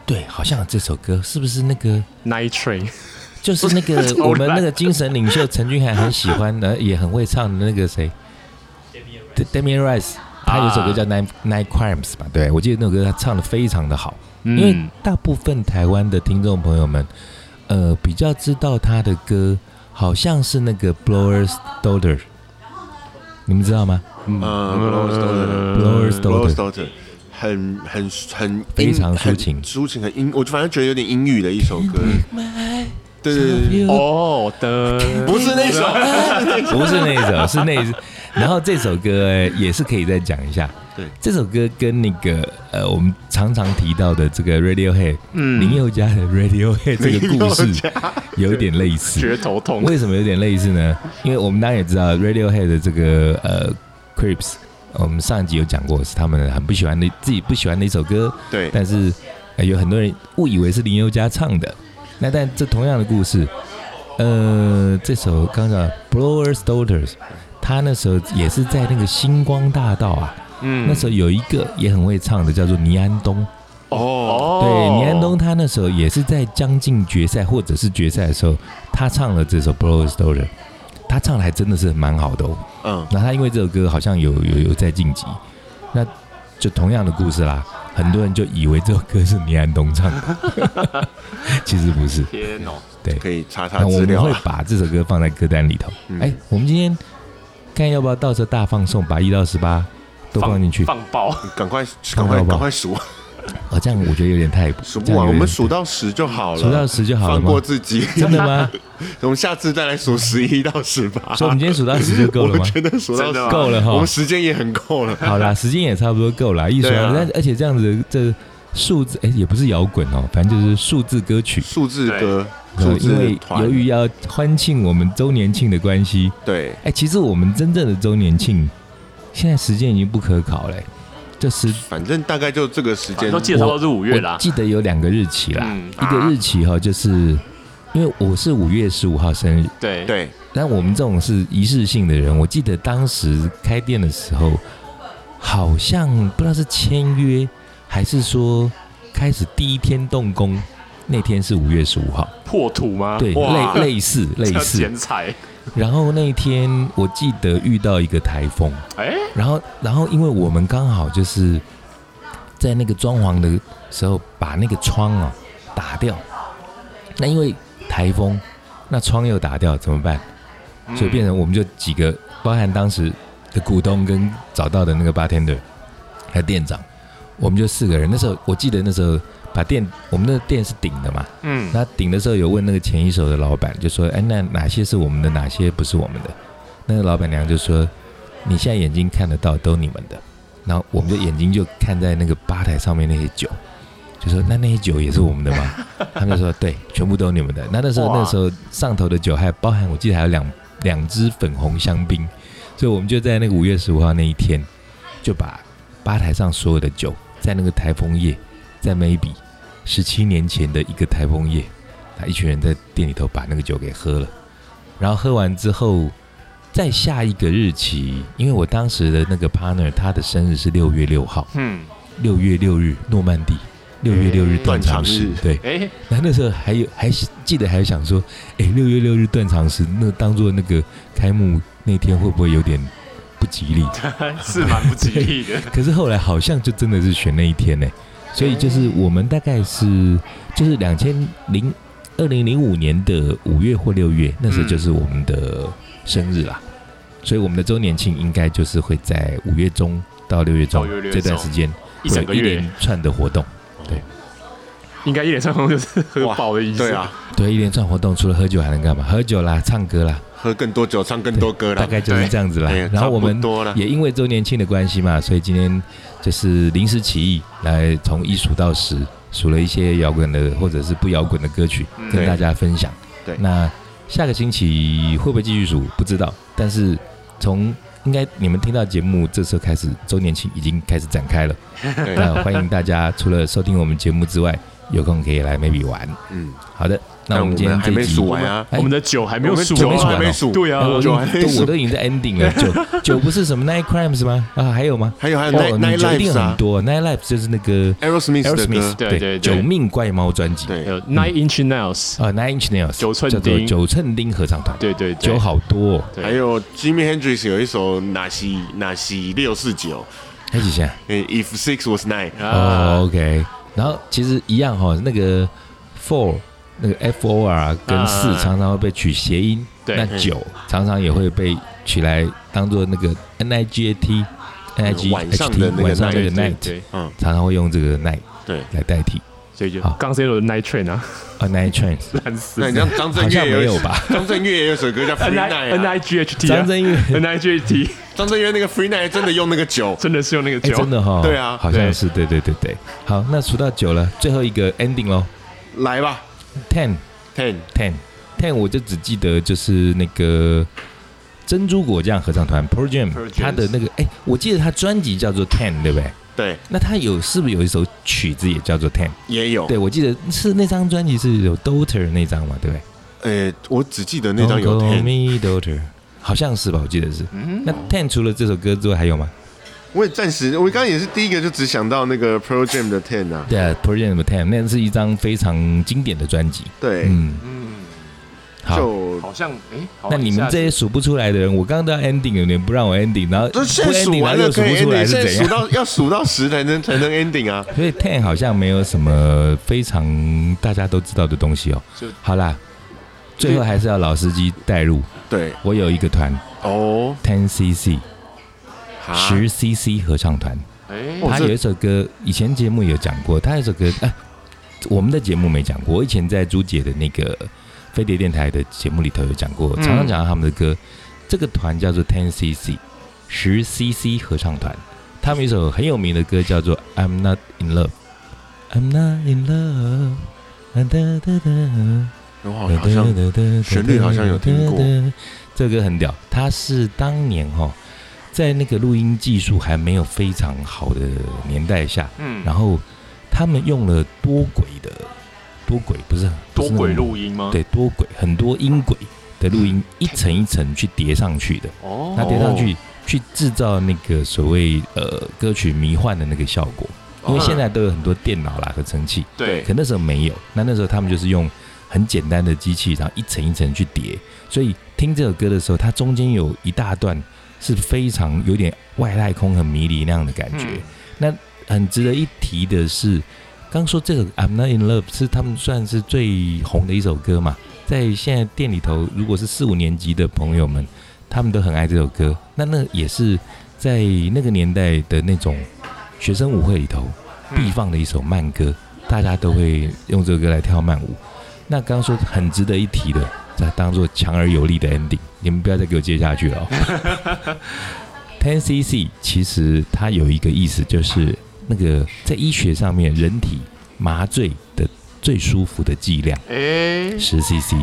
[SPEAKER 3] 对，好像有这首歌是不是那个？
[SPEAKER 2] Night Train
[SPEAKER 3] 就是那个
[SPEAKER 2] 超烂
[SPEAKER 3] 我们那个精神领袖陈俊涵很喜欢的，也很会唱的那个谁 d a m i e n Rice，他有一首歌叫《Nine Nine Crimes》吧？对，我记得那首歌他唱的非常的好，因为
[SPEAKER 2] 嗯
[SPEAKER 3] 大部分台湾的听众朋友们，呃，比较知道他的歌，好像是那个 Blower's Daughter，你们知道吗？嗯
[SPEAKER 1] 呃
[SPEAKER 3] Blower's
[SPEAKER 1] b l o w
[SPEAKER 3] Daughter
[SPEAKER 1] s d a u g h t e r 很很很阴
[SPEAKER 3] 非常抒
[SPEAKER 1] 很
[SPEAKER 3] 情
[SPEAKER 1] 抒情很阴，我反正觉得有点阴郁的一首 歌。对对对
[SPEAKER 3] 嗯
[SPEAKER 1] 对，
[SPEAKER 2] 哦的，
[SPEAKER 1] 不是那 首，
[SPEAKER 3] 不是那一首，是那一首。然后这首歌呃也是可以再讲一下。
[SPEAKER 1] 对，
[SPEAKER 3] 这首歌跟那个呃，我们常常提到的这个 Radiohead，嗯，林宥嘉的 Radiohead 这个故
[SPEAKER 1] 林宥
[SPEAKER 3] 事
[SPEAKER 1] 嘉
[SPEAKER 3] 有一点类似。
[SPEAKER 2] 觉得头痛。
[SPEAKER 3] 为什么有点类似呢？因为我们当然也知道 Radiohead 的这个呃 Creeps，我们上一集有讲过，是他们很不喜欢的自己不喜欢的一首歌，
[SPEAKER 1] 对
[SPEAKER 3] 但是、呃有很多人误以为是林宥嘉唱的。那但这同样的故事，呃，这首刚刚讲 Blowers Daughters，他那时候也是在那个星光大道啊，
[SPEAKER 1] 嗯
[SPEAKER 3] 那时候有一个也很会唱的，叫做倪安东。
[SPEAKER 1] 哦，
[SPEAKER 2] 哦，
[SPEAKER 3] 对，倪安东他那时候也是在将近决赛或者是决赛的时候，他唱了这首《Blowers Daughter》，他唱的还真的是蛮好的哦。
[SPEAKER 1] 嗯，
[SPEAKER 3] 那他因为这首歌好像有有有在晋级，那就同样的故事啦，很多人就以为这首歌是倪安东唱的， 其实不是。
[SPEAKER 2] 天哦，
[SPEAKER 3] 对，
[SPEAKER 1] 可以查查
[SPEAKER 3] 那我
[SPEAKER 1] 资
[SPEAKER 3] 们
[SPEAKER 1] 料
[SPEAKER 3] 会
[SPEAKER 1] 啊。
[SPEAKER 3] 把这首歌放在歌单里头。
[SPEAKER 1] 嗯
[SPEAKER 3] 哎、我们今天看要不要到时候大放送，把一到十八都放进去。
[SPEAKER 2] 放爆，
[SPEAKER 1] 赶快赶快
[SPEAKER 3] 好吧
[SPEAKER 1] 赶快数
[SPEAKER 3] 哦，这样我觉得有点太
[SPEAKER 1] 数
[SPEAKER 3] 这
[SPEAKER 1] 不
[SPEAKER 3] 样
[SPEAKER 1] 完，
[SPEAKER 3] 有
[SPEAKER 1] 我
[SPEAKER 3] 点
[SPEAKER 1] 们数到十就好了，
[SPEAKER 3] 数到十就好了
[SPEAKER 1] 放过
[SPEAKER 3] 吗？
[SPEAKER 1] 自己。
[SPEAKER 3] 真的吗？
[SPEAKER 1] 我们下次再来数十一到十八。
[SPEAKER 3] 所以我们今天数到十就够了 吗
[SPEAKER 1] 我？觉得数到
[SPEAKER 2] 真的吗
[SPEAKER 1] 10
[SPEAKER 3] 够了哈
[SPEAKER 1] 我们时间也很够了。
[SPEAKER 3] 好啦，时间也差不多够啦。一说，
[SPEAKER 1] 对啊
[SPEAKER 3] 但而且这样子这数字哎、也不是摇滚哦，反正就是数字歌曲。
[SPEAKER 1] 数字歌，数
[SPEAKER 3] 呃因
[SPEAKER 1] 字
[SPEAKER 3] 为
[SPEAKER 1] 团，
[SPEAKER 3] 由于要欢庆我们周年庆的关系，
[SPEAKER 1] 对
[SPEAKER 3] 哎、其实我们真正的周年庆现在时间已经不可考嘞、这时
[SPEAKER 1] 反正大概就这个时间
[SPEAKER 2] 都记得差不多是五月啦
[SPEAKER 3] 我。记得有两个日期啦，
[SPEAKER 2] 嗯
[SPEAKER 3] 一个日期哈、就是因为我是五月十五号生日，
[SPEAKER 2] 对，
[SPEAKER 1] 对，
[SPEAKER 3] 但我们这种是仪式性的人，我记得当时开店的时候，好像不知道是签约还是说开始第一天动工，那天是五月十五号，
[SPEAKER 2] 破土吗？
[SPEAKER 3] 对，
[SPEAKER 1] 哇
[SPEAKER 3] 类 类似类
[SPEAKER 2] 要
[SPEAKER 3] 似
[SPEAKER 2] 剪。彩。
[SPEAKER 3] 然后那一天我记得遇到一个台风，
[SPEAKER 2] 哎，
[SPEAKER 3] 然后然后因为我们刚好就是在那个装潢的时候把那个窗啊打掉，那因为台风，那窗又打掉怎么办？
[SPEAKER 2] 嗯
[SPEAKER 3] 所以变成我们就几个，包含当时的股东跟找到的那个 bartender 还有店长，我们就四个人。那时候我记得那时候把店，我们的店是顶的嘛，
[SPEAKER 2] 嗯，
[SPEAKER 3] 那顶的时候有问那个前一手的老板，就说：“哎，那哪些是我们的，哪些不是我们的？”那个老板娘就说：“你现在眼睛看得到，都你们的。”然后我们就眼睛就看在那个吧台上面那些酒，就说：“那那些酒也是我们的吗？” 他们就说：“对，全部都你们的。”那那时候
[SPEAKER 2] 哇
[SPEAKER 3] 那时候上头的酒还包含，我记得还有两两支粉红香槟，所以我们就在那个五月十五号那一天，就把吧台上所有的酒，在那个台风夜，在 maybe 十七年前的一个台风夜，那一群人在店里头把那个酒给喝了，然后喝完之后，再下一个日期，因为我当时的那个 partner 他的生日是六月六号，
[SPEAKER 2] 嗯，
[SPEAKER 3] 六月六日诺曼底，六月六日断肠时，
[SPEAKER 1] 断肠日
[SPEAKER 3] 对。
[SPEAKER 2] 哎，
[SPEAKER 3] 那那时候还有还记得还想说，哎，六月六日断肠时，那当做那个开幕那天会不会有点不吉利？
[SPEAKER 2] 是蛮不吉利的。
[SPEAKER 3] 可是后来好像就真的是选那一天呢、所以就是我们大概是就是两千零二零零五年的五月或六月，那时候就是我们的生日啦，所以我们的周年庆应该就是会在五月中到六月中
[SPEAKER 2] 到六月
[SPEAKER 3] 这段
[SPEAKER 2] 中
[SPEAKER 3] 时间，
[SPEAKER 2] 一整个
[SPEAKER 3] 会有
[SPEAKER 2] 月
[SPEAKER 3] 连串的活动，
[SPEAKER 2] 应该一脸上红就是喝爆的意思。
[SPEAKER 1] 对，啊，
[SPEAKER 3] 对，一连串活动除了喝酒还能干嘛？喝酒啦，唱歌啦，
[SPEAKER 1] 喝更多酒，唱更多歌
[SPEAKER 3] 大
[SPEAKER 1] 了。
[SPEAKER 3] 概就是这样子啦
[SPEAKER 1] 对哎。
[SPEAKER 3] 然后我
[SPEAKER 1] 差
[SPEAKER 3] 们
[SPEAKER 1] 不多了
[SPEAKER 3] 也因为周年庆的关系嘛，所以今天就是临时起意，来从一数到十，数了一些摇滚的或者是不摇滚的歌曲
[SPEAKER 2] 嗯
[SPEAKER 3] 跟大家分享。
[SPEAKER 1] 对
[SPEAKER 3] 那下个星期会不会继续数不知道，但是从应该你们听到节目这时候开始，周年庆已经开始展 开了。
[SPEAKER 1] 对，
[SPEAKER 3] 呃那欢迎大家除了收听我们节目之外，有空可以来 maybe 玩。
[SPEAKER 1] 嗯，
[SPEAKER 3] 好的，那我们今天
[SPEAKER 1] 还
[SPEAKER 3] 这
[SPEAKER 1] 没
[SPEAKER 3] 一集
[SPEAKER 1] 数完啊，
[SPEAKER 3] 哎
[SPEAKER 2] 我们的酒还没有数
[SPEAKER 1] 我
[SPEAKER 3] 没
[SPEAKER 1] 们酒
[SPEAKER 3] 数完
[SPEAKER 1] 还
[SPEAKER 3] 哦
[SPEAKER 1] 没数，
[SPEAKER 2] 对啊
[SPEAKER 3] 哎我
[SPEAKER 1] 酒
[SPEAKER 3] 已经
[SPEAKER 1] 还没
[SPEAKER 3] 都我
[SPEAKER 1] 数
[SPEAKER 3] 都，已经在 ending 了，酒酒不是什么 night crimes 吗？啊，还有吗？
[SPEAKER 1] 还有还有
[SPEAKER 3] 哦
[SPEAKER 1] Night
[SPEAKER 3] 你
[SPEAKER 1] Night
[SPEAKER 3] 酒一定
[SPEAKER 1] Lives 啊
[SPEAKER 3] 很多 night lives 就是那个
[SPEAKER 1] Aerosmith 的
[SPEAKER 3] Aerosmith
[SPEAKER 1] 歌，
[SPEAKER 2] 对对对
[SPEAKER 3] 九命怪猫专辑，
[SPEAKER 1] 对
[SPEAKER 2] 有 Nine Inch Nails，
[SPEAKER 3] 啊，Nine Inch Nails
[SPEAKER 2] 九寸
[SPEAKER 3] 叫做
[SPEAKER 2] 钉
[SPEAKER 3] 九寸钉合唱团，
[SPEAKER 2] 对对对
[SPEAKER 3] 酒，好多哦，
[SPEAKER 2] 对
[SPEAKER 1] 还有 Jimi Hendrix 有一首哪西哪西六四九，
[SPEAKER 3] 还几下？
[SPEAKER 1] 呃 If Six Was Nine，
[SPEAKER 2] 啊
[SPEAKER 3] 哦，，OK。然后其实一样哈，那个 four 那个 F O R 跟四
[SPEAKER 2] 啊
[SPEAKER 3] 常常会被取谐音，
[SPEAKER 2] 对
[SPEAKER 3] 那九常常也会被取来当做那个 N I G A T N I G
[SPEAKER 1] 晚上的那
[SPEAKER 3] H T
[SPEAKER 1] 个
[SPEAKER 3] 晚上那
[SPEAKER 2] 对
[SPEAKER 3] 个
[SPEAKER 2] 对
[SPEAKER 3] night，
[SPEAKER 2] 对，
[SPEAKER 1] 嗯，
[SPEAKER 3] 常常会用这个 night
[SPEAKER 1] 对。
[SPEAKER 3] 来代替
[SPEAKER 2] 所以就
[SPEAKER 3] 好
[SPEAKER 2] 刚 C 罗的 Night Train 啊，
[SPEAKER 3] 啊 night trains，
[SPEAKER 2] 烂死
[SPEAKER 1] 那你像张震
[SPEAKER 3] 好像
[SPEAKER 1] 岳
[SPEAKER 3] 没有
[SPEAKER 1] 一
[SPEAKER 3] 吧？
[SPEAKER 1] 张震岳也有首歌叫 Free
[SPEAKER 2] ，N I N
[SPEAKER 1] Night，啊
[SPEAKER 2] I G H T 啊
[SPEAKER 3] 张震岳
[SPEAKER 2] N I G H T
[SPEAKER 1] 张震岳那个 Free Night 真的用那个酒，
[SPEAKER 2] 真的是用那个
[SPEAKER 3] 嗯哎，
[SPEAKER 2] 酒，
[SPEAKER 3] 真的 哈，
[SPEAKER 1] 对啊
[SPEAKER 3] 好像是对对对对。好，那数到九了，最后一个 ending 喽
[SPEAKER 1] 来吧
[SPEAKER 3] ，ten
[SPEAKER 1] ，Ten，
[SPEAKER 3] ten ten，我就只记得就是那个珍珠果酱合唱团 Pearl Jam，
[SPEAKER 2] Pearl Jam
[SPEAKER 3] 他的那个哎、我记得他专辑叫做 Ten，对不对？
[SPEAKER 1] 对，
[SPEAKER 3] 那他有是不是有一首曲子也叫做 Ten？
[SPEAKER 1] 也有，
[SPEAKER 3] 对，我记得是那张专辑是有 Daughter 那张嘛，对不对？
[SPEAKER 1] 呃，我只记得那张有
[SPEAKER 3] Don't
[SPEAKER 1] Ten，
[SPEAKER 3] call
[SPEAKER 1] 嗯
[SPEAKER 3] Me Daughter，好像是吧？我记得是。那 Ten 除了这首歌之外还有吗？
[SPEAKER 1] 我也暂时，我刚刚也是第一个就只想到那个 Pro Jam 的 Ten 啊，
[SPEAKER 3] 对啊，Pearl Jam 的 Ten 那是一张非常经典的专辑。
[SPEAKER 1] 对，
[SPEAKER 3] 嗯，
[SPEAKER 2] 嗯，
[SPEAKER 3] 好。
[SPEAKER 1] 就
[SPEAKER 2] 好像哎，好
[SPEAKER 3] 那
[SPEAKER 2] 像
[SPEAKER 3] 你
[SPEAKER 2] 一
[SPEAKER 3] 们
[SPEAKER 2] 下
[SPEAKER 3] 这
[SPEAKER 2] 子
[SPEAKER 3] 些数不出来的人，我刚刚都要 ending，有点不让我 ending，然后不
[SPEAKER 1] 这现在数
[SPEAKER 3] ending，然
[SPEAKER 1] 完
[SPEAKER 3] 后
[SPEAKER 1] 了
[SPEAKER 3] 又数
[SPEAKER 1] 可以哎
[SPEAKER 3] 不出
[SPEAKER 1] ending，
[SPEAKER 3] 来是
[SPEAKER 1] 现在
[SPEAKER 3] 怎
[SPEAKER 1] 数？
[SPEAKER 3] 样
[SPEAKER 1] 到要数到十才能才能 ending 啊，
[SPEAKER 3] 所以 Ten 好像没有什么非常大家都知道的东西哦
[SPEAKER 2] 就。
[SPEAKER 3] 好啦，最后还是要老司机带入。
[SPEAKER 1] 对，
[SPEAKER 3] 我有一个团
[SPEAKER 1] 哦，
[SPEAKER 3] Ten CC
[SPEAKER 1] 哈
[SPEAKER 3] 十 CC 合唱团，
[SPEAKER 2] 哎
[SPEAKER 1] 哦
[SPEAKER 3] 他
[SPEAKER 1] 这
[SPEAKER 3] 有一首歌，以前节目有讲过，他有一首歌，啊，我们的节目没讲过，我以前在朱姐的那个飞碟电台的节目里头有讲过，
[SPEAKER 2] 嗯
[SPEAKER 3] 常常讲到他们的歌。这个团叫做 Ten CC 十 CC 合唱团，他们有一首很有名的歌叫做《I'm Not in Love》，I'm Not in Love。啊哒哒哒
[SPEAKER 1] 我好哦好像旋律好像有听过。
[SPEAKER 3] 这个很屌，它是当年哈、哦，在那个录音技术还没有非常好的年代下，
[SPEAKER 2] 嗯，
[SPEAKER 3] 然后他们用了多轨的多轨，不是
[SPEAKER 2] 多轨，
[SPEAKER 3] 不是
[SPEAKER 2] 录音吗？
[SPEAKER 3] 那种对多轨很多音轨的录音，一层一层去叠上去的，
[SPEAKER 2] 哦，
[SPEAKER 3] 那叠上去去制造那个所谓呃歌曲迷幻的那个效果，因为
[SPEAKER 1] 哦
[SPEAKER 3] 现在都有很多电脑啦和成器，
[SPEAKER 2] 哦对，
[SPEAKER 3] 可那时候没有，那那时候他们就是用很简单的机器，然后一层一层去叠，所以听这首歌的时候，它中间有一大段是非常有点外太空、很迷离那样的感觉。
[SPEAKER 2] 嗯
[SPEAKER 3] 很值得一提的是，刚说这首《I'm Not in Love》是他们算是最红的一首歌嘛，在现在店里头，如果是四五年级的朋友们，他们都很爱这首歌。那那也是在那个年代的那种学生舞会里头
[SPEAKER 2] 嗯
[SPEAKER 3] 必放的一首慢歌，大家都会用这首歌来跳慢舞。那刚刚说很值得一提的，再当做强而有力的 ending，你们不要再给我接下去了、哦。Ten CC 其实它有一个意思，就是那个在医学上面，人体麻醉的最舒服的剂量
[SPEAKER 2] 哎，
[SPEAKER 3] 十 CC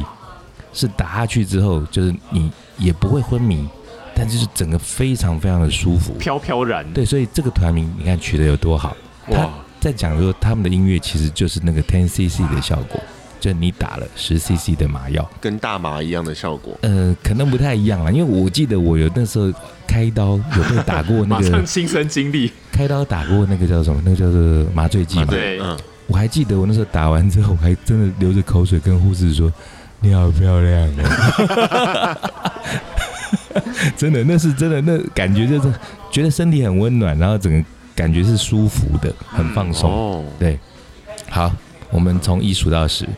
[SPEAKER 3] 是打下去之后，就是你也不会昏迷，但就是整个非常非常的舒服。
[SPEAKER 2] 飘飘然，
[SPEAKER 3] 对，所以这个团名你看取得有多好，它
[SPEAKER 1] 哇，
[SPEAKER 3] 在讲说他们的音乐其实就是那个 Ten CC 的效果，就是你打了十 CC 的麻药。
[SPEAKER 1] 跟大麻一样的效果，
[SPEAKER 3] 呃，可能不太一样啦，因为我记得我有那时候开刀有被打过 那
[SPEAKER 2] 马
[SPEAKER 3] 个
[SPEAKER 2] 上亲身经历，
[SPEAKER 3] 开刀打过那个叫什么？那个叫做麻醉剂嘛。
[SPEAKER 2] 对
[SPEAKER 1] 嗯，
[SPEAKER 3] 我还记得我那时候打完之后，我还真的流着口水跟护士说：“你好漂亮哦！” 真的，那是真的，那感觉就是觉得身体很温暖，然后整个感觉是舒服的，很放松。
[SPEAKER 1] 哦，
[SPEAKER 3] 好，我们从一数到十，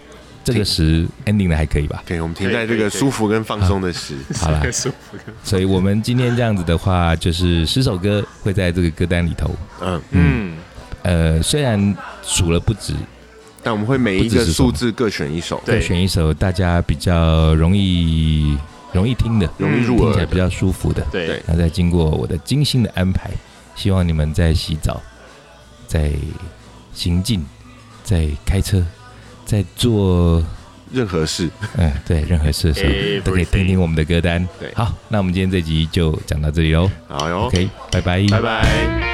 [SPEAKER 3] 这个十 ending 的还可以吧？
[SPEAKER 1] 可以，我们停在这个舒服跟放松的时，
[SPEAKER 3] 好啦
[SPEAKER 2] 是很舒服的，
[SPEAKER 3] 所以我们今天这样子的话，就是十首歌会在这个歌单里头。
[SPEAKER 1] 嗯，
[SPEAKER 2] 嗯，
[SPEAKER 3] 呃，虽然数了不止，
[SPEAKER 1] 但我们会每一
[SPEAKER 3] 不只
[SPEAKER 1] 个
[SPEAKER 3] 是什么
[SPEAKER 1] 数字各选一首，
[SPEAKER 2] 对
[SPEAKER 3] 再选一首大家比较容易容易听的，
[SPEAKER 1] 容易入
[SPEAKER 3] 嗯听起来
[SPEAKER 1] 耳
[SPEAKER 3] 比，较舒服的。
[SPEAKER 2] 对
[SPEAKER 1] 对，
[SPEAKER 3] 那再经过我的精心的安排，希望你们在洗澡、在行进、在开车、在做
[SPEAKER 1] 任何事，
[SPEAKER 3] 嗯、对任何事的时候，都可以听听我们的歌单。
[SPEAKER 1] 对
[SPEAKER 3] 好，那我们今天这集就讲到这里喽。
[SPEAKER 1] 好哟，
[SPEAKER 3] OK，拜拜，
[SPEAKER 2] 拜拜。